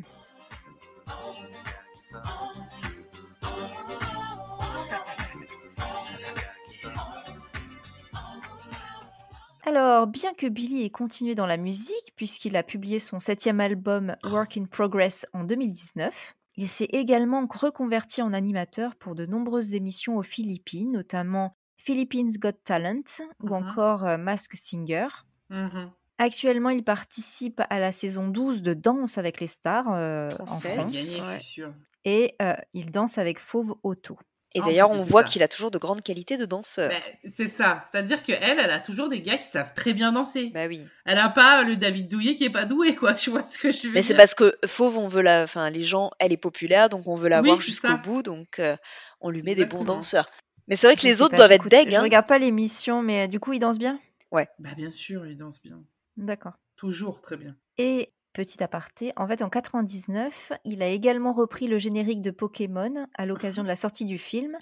Speaker 1: Alors, bien que Billy ait continué dans la musique, puisqu'il a publié son septième album Work in Progress en 2019, il s'est également reconverti en animateur pour de nombreuses émissions aux Philippines, notamment Philippines Got Talent ou
Speaker 3: Mhm.
Speaker 1: encore euh, Mask Singer.
Speaker 3: Mhm.
Speaker 1: Actuellement, il participe à la saison 12 de Danse avec les stars euh, en
Speaker 3: Il va
Speaker 4: française.
Speaker 1: France
Speaker 3: gagner, je
Speaker 4: ouais.
Speaker 3: suis sûre.
Speaker 1: et euh, il danse avec Fauve Auto.
Speaker 4: Et
Speaker 3: Ah, en
Speaker 4: d'ailleurs,
Speaker 3: plus,
Speaker 4: on
Speaker 3: c'est
Speaker 4: voit
Speaker 3: ça.
Speaker 4: qu'il a toujours de grandes qualités de danseur.
Speaker 3: Ben, c'est ça. C'est-à-dire que elle, elle a toujours des gars qui savent très bien danser.
Speaker 4: Bah oui.
Speaker 3: Elle a pas euh, le David Douillet qui est pas doué, quoi. Tu vois ce que je veux
Speaker 4: Mais c'est
Speaker 3: dire
Speaker 4: parce que Fauve, on veut la, enfin, les gens, elle est populaire, donc on veut la
Speaker 3: Oui,
Speaker 4: voir
Speaker 3: c'est
Speaker 4: jusqu'au
Speaker 3: ça.
Speaker 4: bout, donc euh, on lui met des bons
Speaker 3: Exactement.
Speaker 4: danseurs. Mais c'est vrai que
Speaker 1: Je
Speaker 4: les
Speaker 1: sais
Speaker 4: autres
Speaker 1: pas,
Speaker 4: doivent être
Speaker 1: j'écoute,
Speaker 4: deg,
Speaker 1: je
Speaker 4: hein.
Speaker 1: regarde pas l'émission, mais euh, du coup, il danse bien
Speaker 3: Bah bien sûr, il danse bien.
Speaker 1: D'accord.
Speaker 3: Toujours très bien.
Speaker 1: Et petit aparté, en fait, en 99, il a également repris le générique de Pokémon à l'occasion de la sortie du film.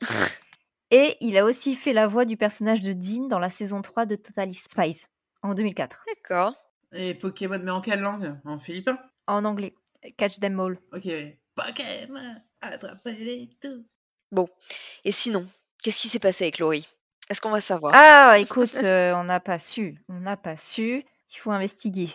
Speaker 1: Et il a aussi fait la voix du personnage de Dean dans la saison 3 de Totally Spies. en 2004,
Speaker 4: D'accord.
Speaker 3: Et Pokémon, mais en quelle langue En philippin
Speaker 1: en anglais. Catch them all.
Speaker 3: Ok. Pokémon, attrapez-les tous.
Speaker 4: Et sinon, qu'est-ce qui s'est passé avec Laurie Est-ce qu'on va savoir
Speaker 1: Ah, écoute, euh, on n'a pas su. On n'a pas su. Il faut investiguer.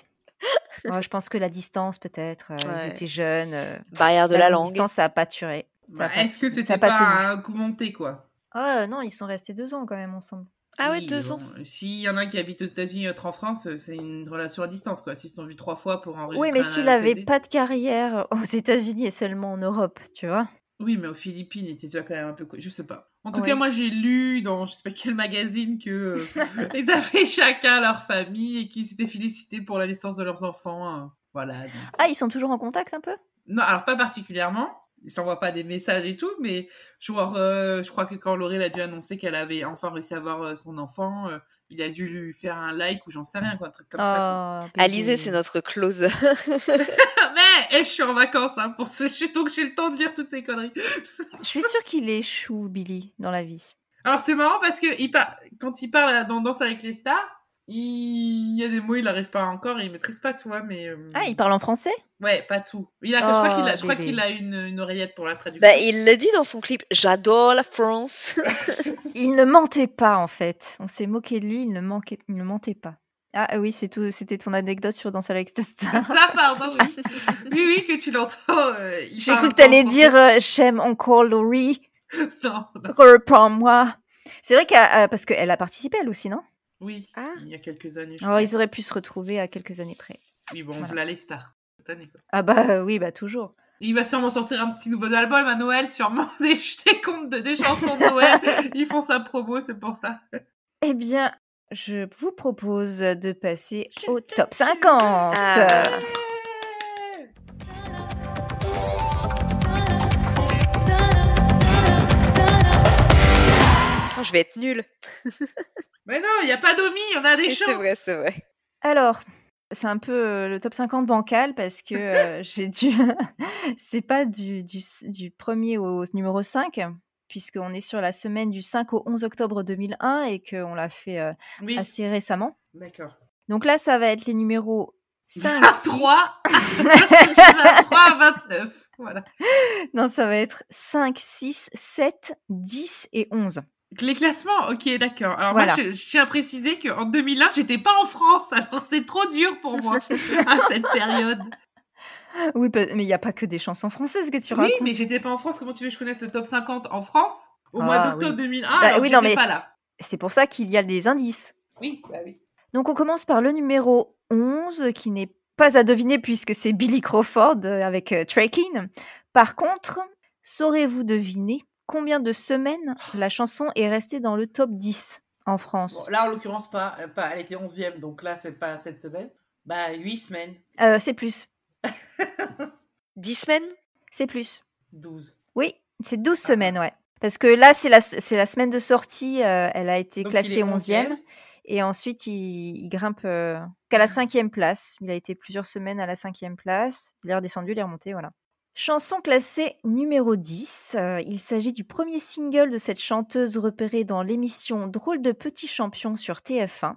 Speaker 1: Moi, je pense que la distance, peut-être. euh,
Speaker 4: Ouais.
Speaker 1: Ils étaient jeunes. euh,
Speaker 4: Barrière de la langue.
Speaker 1: distance, ça a pas duré. Ça a
Speaker 3: Bah,
Speaker 1: pas-
Speaker 3: Est-ce que
Speaker 1: ça
Speaker 3: c'était
Speaker 1: a
Speaker 3: pas,
Speaker 1: pas tenu.
Speaker 3: un coup monté, quoi
Speaker 1: Ah non, ils sont restés deux ans quand même ensemble.
Speaker 4: Ah ouais,
Speaker 3: Oui,
Speaker 4: deux
Speaker 3: bon,
Speaker 4: ans.
Speaker 3: S'il y en a un qui habite aux États-Unis et l'autre en France, euh, c'est une relation à distance, quoi. S'ils se sont vus trois fois pour enregistrer.
Speaker 1: Oui, mais
Speaker 3: un
Speaker 1: s'il avait
Speaker 3: CD.
Speaker 1: pas de carrière aux États-Unis et seulement en Europe, tu vois.
Speaker 3: Oui, mais aux Philippines, il était déjà quand même un peu. co- Je sais pas. En tout
Speaker 1: Ouais.
Speaker 3: cas, moi, j'ai lu dans je sais pas quel magazine que euh, ils avaient chacun leur famille et qu'ils s'étaient félicités pour la naissance de leurs enfants. hein. Voilà. donc.
Speaker 1: Ah, ils sont toujours en contact un peu
Speaker 3: Non, alors pas particulièrement. Ils s'envoient pas des messages et tout, mais genre, euh, je crois que quand Laurel a dû annoncer qu'elle avait enfin réussi à avoir euh, son enfant, euh, il a dû lui faire un like ou j'en sais rien, quoi, un truc comme ça. quoi.
Speaker 1: Ah, bébé.
Speaker 4: Alizé, c'est notre closer.
Speaker 3: Mais eh, je suis en vacances, hein, pour ce... je- donc j'ai le temps de lire toutes ces conneries.
Speaker 1: Je suis sûre qu'il est chou, Billy, dans la vie.
Speaker 3: Alors c'est marrant parce que il par- quand il parle à- dans Danse avec les stars, il... il y a des mots il n'arrive pas encore, il maîtrise pas, tu vois, mais euh,
Speaker 4: Hmm.
Speaker 1: Ah, il parle en français
Speaker 3: ouais, pas tout. Il a, je
Speaker 1: Oh,
Speaker 3: crois qu'il a, je crois
Speaker 1: bébé.
Speaker 3: qu'il a une, une oreillette pour la traduction.
Speaker 4: bah, il le dit dans son clip. J'adore la France.
Speaker 1: Il ne mentait pas, en fait. On s'est moqué de lui, il ne, manquait... il ne mentait pas. Ah oui, c'est tout. c'était ton anecdote sur Danse avec les stars.
Speaker 3: Ça, pardon, oui. oui, oui, que tu l'entends. euh, il
Speaker 1: J'ai
Speaker 3: parle
Speaker 1: cru que
Speaker 3: pas en
Speaker 1: t'allais
Speaker 3: français.
Speaker 1: dire euh, J'aime encore Laurie,
Speaker 3: Non, non.
Speaker 1: reprends-moi ». C'est vrai qu'à- euh, parce qu'elle a participé, elle aussi, non
Speaker 3: Oui,
Speaker 4: Ah.
Speaker 3: il y a quelques années. je
Speaker 1: Alors, Oh,
Speaker 3: crois.
Speaker 1: ils auraient pu se retrouver à quelques années près.
Speaker 3: Oui, bon,
Speaker 1: voilà.
Speaker 3: voilà les stars. Cette année, quoi.
Speaker 1: Ah bah euh, oui, bah toujours.
Speaker 3: Il va sûrement sortir un petit nouveau album à Noël, sûrement des, des comptes de des chansons de Noël. Ils font sa promo, c'est pour ça.
Speaker 1: Eh bien, je vous propose de passer au top 50.
Speaker 3: Euh,
Speaker 4: Ah. Oh, je vais être nulle.
Speaker 3: Mais non, il n'y a pas d'omi, on a des
Speaker 4: Et C'est
Speaker 3: chances.
Speaker 4: vrai, c'est vrai.
Speaker 1: Alors, c'est un peu euh, le top 50 bancal parce que euh, j'ai dû. c'est pas du, du, s- du premier au numéro 5, puisqu'on est sur la semaine du 5 au 11 octobre 2001 et qu'on l'a fait euh,
Speaker 3: Oui,
Speaker 1: assez récemment.
Speaker 3: d'accord.
Speaker 1: Donc là, ça va être les numéros 5,
Speaker 3: 23 23 à 29. Voilà.
Speaker 1: non, ça va être 5, 6, 7, 10 et 11.
Speaker 3: Les classements, ok, d'accord. Alors
Speaker 1: Voilà.
Speaker 3: moi, je, je tiens à préciser qu'en 2001, j'étais pas en France, alors c'est trop dur pour moi à cette période.
Speaker 1: Oui, pa- mais il n'y a pas que des chansons françaises que tu
Speaker 3: oui,
Speaker 1: racontes.
Speaker 3: mais j'étais pas en France. Comment tu veux que je connaisse le top 50 en France au
Speaker 1: Ah,
Speaker 3: mois d'octobre
Speaker 1: oui.
Speaker 3: 2001
Speaker 1: Bah,
Speaker 3: alors
Speaker 1: oui,
Speaker 3: que
Speaker 1: non,
Speaker 3: j'étais
Speaker 1: mais-
Speaker 3: pas là
Speaker 1: C'est pour ça qu'il y a des indices.
Speaker 3: Oui, bah oui.
Speaker 1: Donc on commence par le numéro 11 qui n'est pas à deviner puisque c'est Billy Crawford euh, avec euh, Trakin. Par contre, saurez-vous deviner combien de semaines la chanson est restée dans le top 10 en
Speaker 3: Bon,
Speaker 1: France
Speaker 3: là, en l'occurrence, pas, euh, pas. Elle était 11e, donc là, c'est pas cette semaine. Bah, 8 semaines.
Speaker 1: Euh, C'est plus,
Speaker 4: Dix semaines
Speaker 1: c'est plus.
Speaker 3: 12.
Speaker 1: Oui, c'est 12
Speaker 3: Ah.
Speaker 1: semaines, ouais. Parce que là, c'est la, c'est la semaine de sortie, euh, elle a été
Speaker 3: Donc, il
Speaker 1: classée
Speaker 3: est
Speaker 1: 11e.
Speaker 3: 11e.
Speaker 1: Et ensuite, il, il grimpe euh, qu'à la cinquième place. Il a été plusieurs semaines à la cinquième place. Il est redescendu, il est remonté, voilà. Chanson classée numéro 10. Euh, il s'agit du premier single de cette chanteuse repérée dans l'émission Drôle de petit champion sur TF1.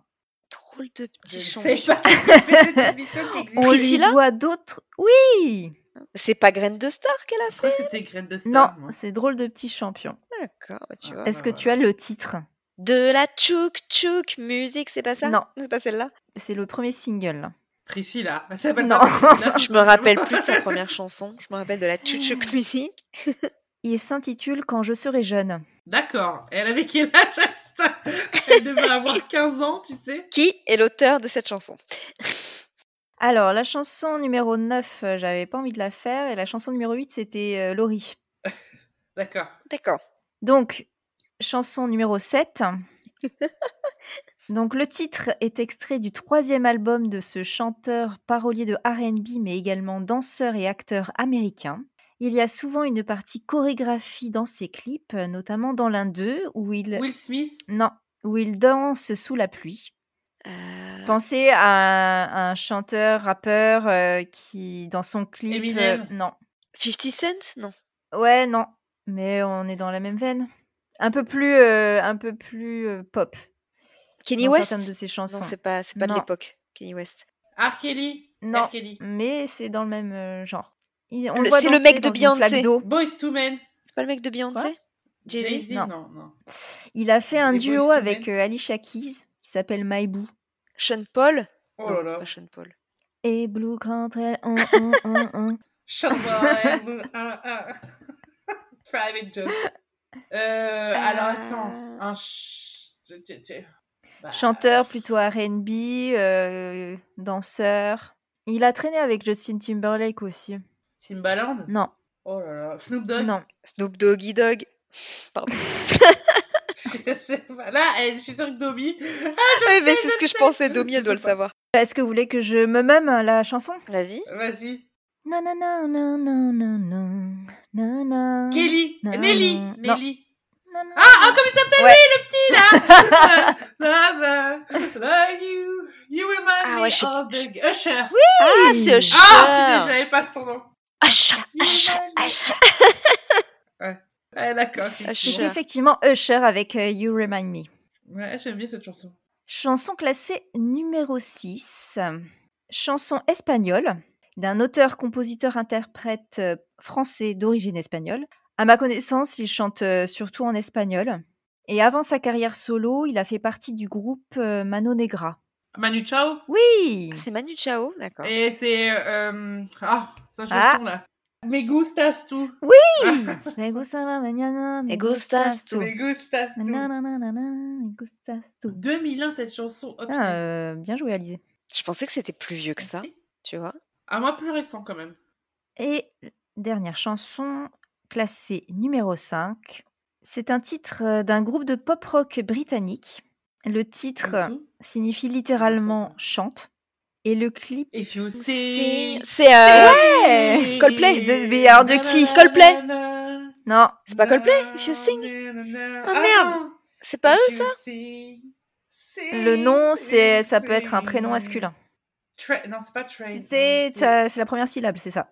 Speaker 4: Drôle de
Speaker 3: Je
Speaker 4: petit
Speaker 3: ne
Speaker 4: champion.
Speaker 3: sais pas Mais cette émission qui existe.
Speaker 1: On lui
Speaker 4: Priscilla
Speaker 1: doit d'autres. Oui
Speaker 4: C'est pas Graine de Star qu'elle a
Speaker 3: Je crois que c'était Graine de
Speaker 1: Non,
Speaker 3: Star. moi.
Speaker 1: c'est Drôle de petit champion.
Speaker 4: fait. D'accord, bah, tu
Speaker 3: Ah.
Speaker 4: vois.
Speaker 1: Est-ce que
Speaker 3: ouais,
Speaker 1: tu as le titre
Speaker 4: De la tchouk tchouk musique, c'est pas ça
Speaker 1: Non.
Speaker 4: C'est pas celle-là
Speaker 1: C'est le premier single.
Speaker 3: Priscilla. Elle s'appelle
Speaker 1: Non.
Speaker 3: pas Priscilla. tout
Speaker 4: Je me
Speaker 3: simplement.
Speaker 4: rappelle plus de sa première chanson. Je me rappelle de la tchouk tchouk musique.
Speaker 1: Il s'intitule Quand je serai jeune.
Speaker 3: D'accord. Elle avait quel âge à ça Elle devait avoir 15 ans, tu sais.
Speaker 4: Qui est l'auteur de cette chanson
Speaker 1: Alors, la chanson numéro 9, euh, j'avais pas envie de la faire. Et la chanson numéro 8, c'était euh, Laurie.
Speaker 3: D'accord.
Speaker 4: D'accord.
Speaker 1: Donc, chanson numéro 7. Donc, le titre est extrait du troisième album de ce chanteur parolier de RB, mais également danseur et acteur américain. Il y a souvent une partie chorégraphie dans ses clips, euh, notamment dans l'un d'eux où il.
Speaker 3: Will Smith.
Speaker 1: Non, où il danse sous la pluie.
Speaker 4: Euh,
Speaker 1: Pensez à un, un chanteur, rappeur euh, qui, dans son clip. euh,
Speaker 3: Eminem.
Speaker 1: non.
Speaker 4: 50 Cent Non.
Speaker 1: Ouais, non. Mais on est dans la même veine. Un peu plus, euh, un peu plus euh, pop.
Speaker 4: Kenny
Speaker 1: dans
Speaker 4: West
Speaker 1: certaines de ses chansons.
Speaker 4: Non, c'est pas, c'est pas de
Speaker 1: Non.
Speaker 4: l'époque, Kenny West.
Speaker 3: R. Kelly.
Speaker 1: Non.
Speaker 3: R. Kelly.
Speaker 1: mais c'est dans le même euh, genre. Il-
Speaker 4: Le-
Speaker 1: voit
Speaker 4: c'est le
Speaker 1: danser
Speaker 4: mec de
Speaker 1: dans une flaque
Speaker 4: Beyoncé.
Speaker 1: d'eau.
Speaker 3: Boys to Men.
Speaker 4: C'est pas le mec de Beyoncé Jay-Z
Speaker 3: Jay-Z,
Speaker 1: non.
Speaker 3: non, non.
Speaker 1: Il a fait un
Speaker 3: Les Boyz
Speaker 1: duo
Speaker 3: II
Speaker 1: avec
Speaker 3: Men.
Speaker 1: euh, Alicia Keys qui s'appelle My Boo.
Speaker 4: Sean Paul
Speaker 3: Oh
Speaker 4: Non,
Speaker 3: là là.
Speaker 4: pas Sean Paul.
Speaker 1: Et Blue quand elle. hum, hum, hum, hum.
Speaker 3: Sean Boyle. Ah, ah. Private Joke. Euh, alors attends. Un ch- t- t- t- bah,
Speaker 1: Chanteur plutôt RB, euh, danseur. Il a traîné avec Justin Timberlake aussi.
Speaker 3: Timbaland.
Speaker 1: Non,
Speaker 3: Oh là là. Snoop Dogg.
Speaker 1: non.
Speaker 4: Snoop Doggy Dogg. Pardon.
Speaker 3: Je sais pas. Là, elle- je suis sûre que Domi.
Speaker 4: Ouais, mais c'est ce que je pensais,
Speaker 3: je-
Speaker 4: Domi,
Speaker 3: je
Speaker 4: elle doit le
Speaker 3: sais pas.
Speaker 4: savoir.
Speaker 1: Est-ce que vous voulez que je me mème la chanson
Speaker 4: Vas-y.
Speaker 3: Vas-y.
Speaker 1: Non, non, non, non, non, non, non, non, non.
Speaker 3: Kelly.
Speaker 1: Non,
Speaker 3: Nelly.
Speaker 1: non.
Speaker 3: Nelly.
Speaker 1: Ah,
Speaker 3: Ah, comme il s'appelle
Speaker 1: Ouais.
Speaker 3: lui, le petit là Love, uh, love you, you remind
Speaker 4: Ah
Speaker 3: me
Speaker 4: ouais, je sais
Speaker 3: of
Speaker 4: plus.
Speaker 3: the Usher.
Speaker 4: Ah, c'est Usher.
Speaker 3: Ah, c'est j'avais pas son nom.
Speaker 4: Usher,
Speaker 3: You
Speaker 4: Usher,
Speaker 3: remind me-
Speaker 4: Usher.
Speaker 3: Ah, d'accord.
Speaker 4: Usher.
Speaker 1: C'était
Speaker 3: effectivement.
Speaker 1: effectivement Usher avec euh, You Remind Me.
Speaker 3: Ouais, j'aime bien cette chanson.
Speaker 1: Chanson classée numéro 6. Chanson espagnole d'un auteur, compositeur, interprète euh, français d'origine espagnole. À ma connaissance, il chante euh, surtout en espagnol. Et avant sa carrière solo, il a fait partie du groupe euh, Mano Negra.
Speaker 3: Manu Chao.
Speaker 1: Oui
Speaker 4: C'est Manu Chao, d'accord.
Speaker 3: Et c'est. euh, Ah, sa chanson
Speaker 1: Ah.
Speaker 3: là. Me gustas tu.
Speaker 1: Me gusta la mañana, me
Speaker 4: Me gustas
Speaker 1: gustas
Speaker 4: tú.
Speaker 1: tú.
Speaker 3: Me gustas tu.
Speaker 1: Nananana, me gustas tú.
Speaker 3: 2001, cette chanson. Oh,
Speaker 1: Ah,
Speaker 3: punaise.
Speaker 1: euh, bien joué, Alizé.
Speaker 4: Je pensais que c'était plus vieux que ça,
Speaker 3: Merci.
Speaker 4: tu vois.
Speaker 3: Ah, moi, plus récent quand même.
Speaker 1: Et dernière chanson, classée numéro 5. C'est un titre euh, d'un groupe de pop rock britannique. Le titre euh,
Speaker 3: tout.
Speaker 1: signifie
Speaker 3: Non,
Speaker 1: littéralement
Speaker 3: ça
Speaker 1: chante. Et le clip.
Speaker 3: If you see.
Speaker 4: C'est euh,
Speaker 1: Ouais
Speaker 4: Coldplay.
Speaker 1: De- mais alors de qui
Speaker 4: Coldplay
Speaker 1: Non,
Speaker 4: C'est pas Coldplay, If You Sing. Ah, merde. c'est pas eux.
Speaker 3: ça
Speaker 1: le nom, c'est, ça peut être un prénom masculin.
Speaker 3: non, c'est pas Trey.
Speaker 1: C'est, euh, c'est la première syllabe, c'est ça.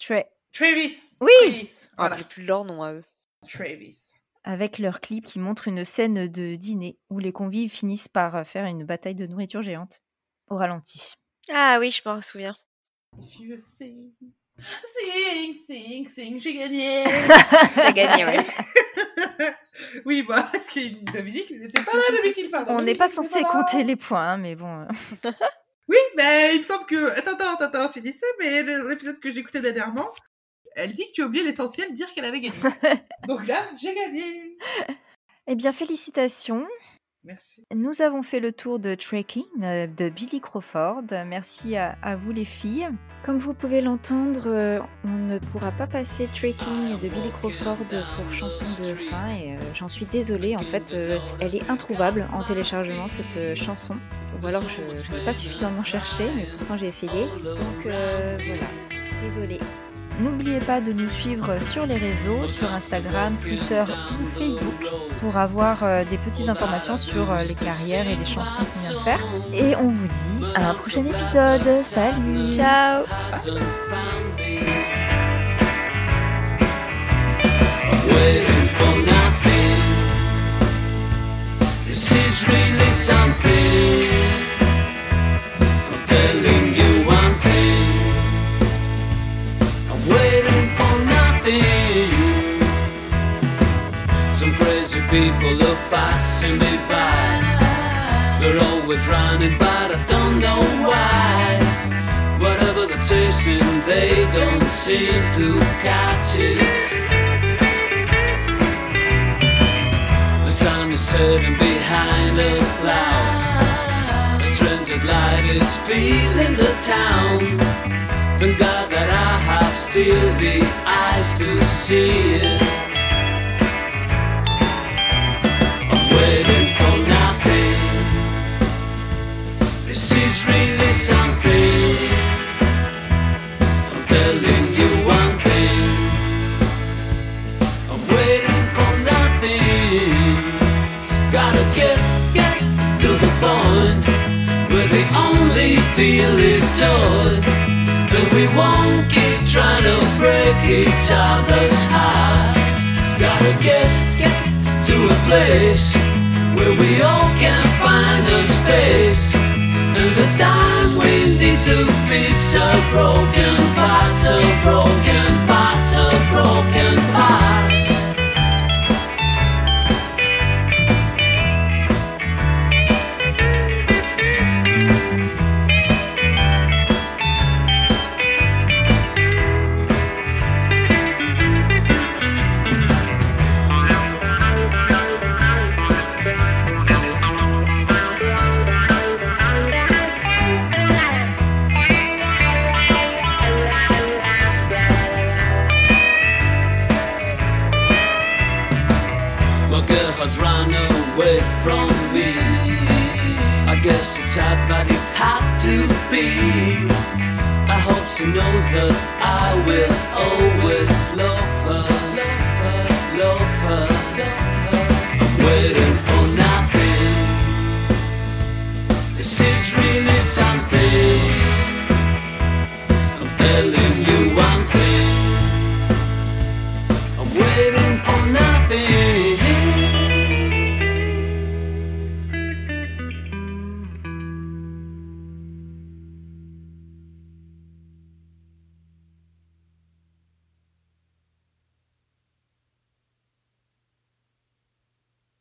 Speaker 1: Trey.
Speaker 3: Travis.
Speaker 1: Oui.
Speaker 3: Travis.
Speaker 4: On
Speaker 3: Voilà.
Speaker 4: rappelle plus leur nom à eux.
Speaker 3: Travis.
Speaker 1: Avec leur clip qui montre une scène de dîner où les convives finissent par euh, faire une bataille de nourriture géante au ralenti.
Speaker 4: Ah oui, je m'en souviens.
Speaker 3: If you sing, sing, sing, sing, j'ai gagné.
Speaker 4: T'as gagné, ouais.
Speaker 3: oui, bah, parce que Dominique n'était pas là, Dominique, pardon.
Speaker 1: On n'est pas censé compter
Speaker 3: les...
Speaker 1: les points, hein, mais bon. euh.
Speaker 3: Oui, mais il me semble que... Attends, attends, attends, attends, tu dis ça, mais le- l'épisode que j'écoutais dernièrement, elle dit que tu as oublié l'essentiel, dire qu'elle avait gagné. Donc là, j'ai gagné.
Speaker 1: Eh bien, félicitations.
Speaker 3: Merci.
Speaker 1: Nous avons fait le tour de Trekking euh, de Billy Crawford. Merci à, à vous les filles. Comme vous pouvez l'entendre, euh, on ne pourra pas passer Trekking de Billy Crawford pour chanson de fin et euh, j'en suis désolée. En fait, euh, elle est introuvable en téléchargement cette euh, chanson. Ou alors je, je n'ai pas suffisamment cherché, mais pourtant j'ai essayé. Donc euh, voilà, désolée. N'oubliez pas de nous suivre sur les réseaux, sur Instagram, Twitter ou Facebook pour avoir euh, des petites informations sur euh, les carrières et les chansons qu'on vient de faire. Et on vous dit à un prochain épisode. Salut
Speaker 4: Ciao.
Speaker 5: waiting for nothing. This is really something. I'm telling you one thing. I'm waiting for nothing. Some crazy people are passing me by. They're always running, but I don't know why. Whatever they're chasing, they don't seem to catch it. The sun is setting behind a cloud. A strange light is filling the town. Thank God that I have still the eyes to see it. I'm waiting for nothing. This is really something. I'm telling you one thing. I'm waiting for nothing. Gotta get, get to the point where the only feel is joy. And we won't keep trying to break each other's hearts. Gotta get, get to a place where we all can find the space and the time we need to fix a broken parts, a broken parts, a broken parts. My girl has run away from me. I guess it's hard, but it had to be. I hope she knows that I will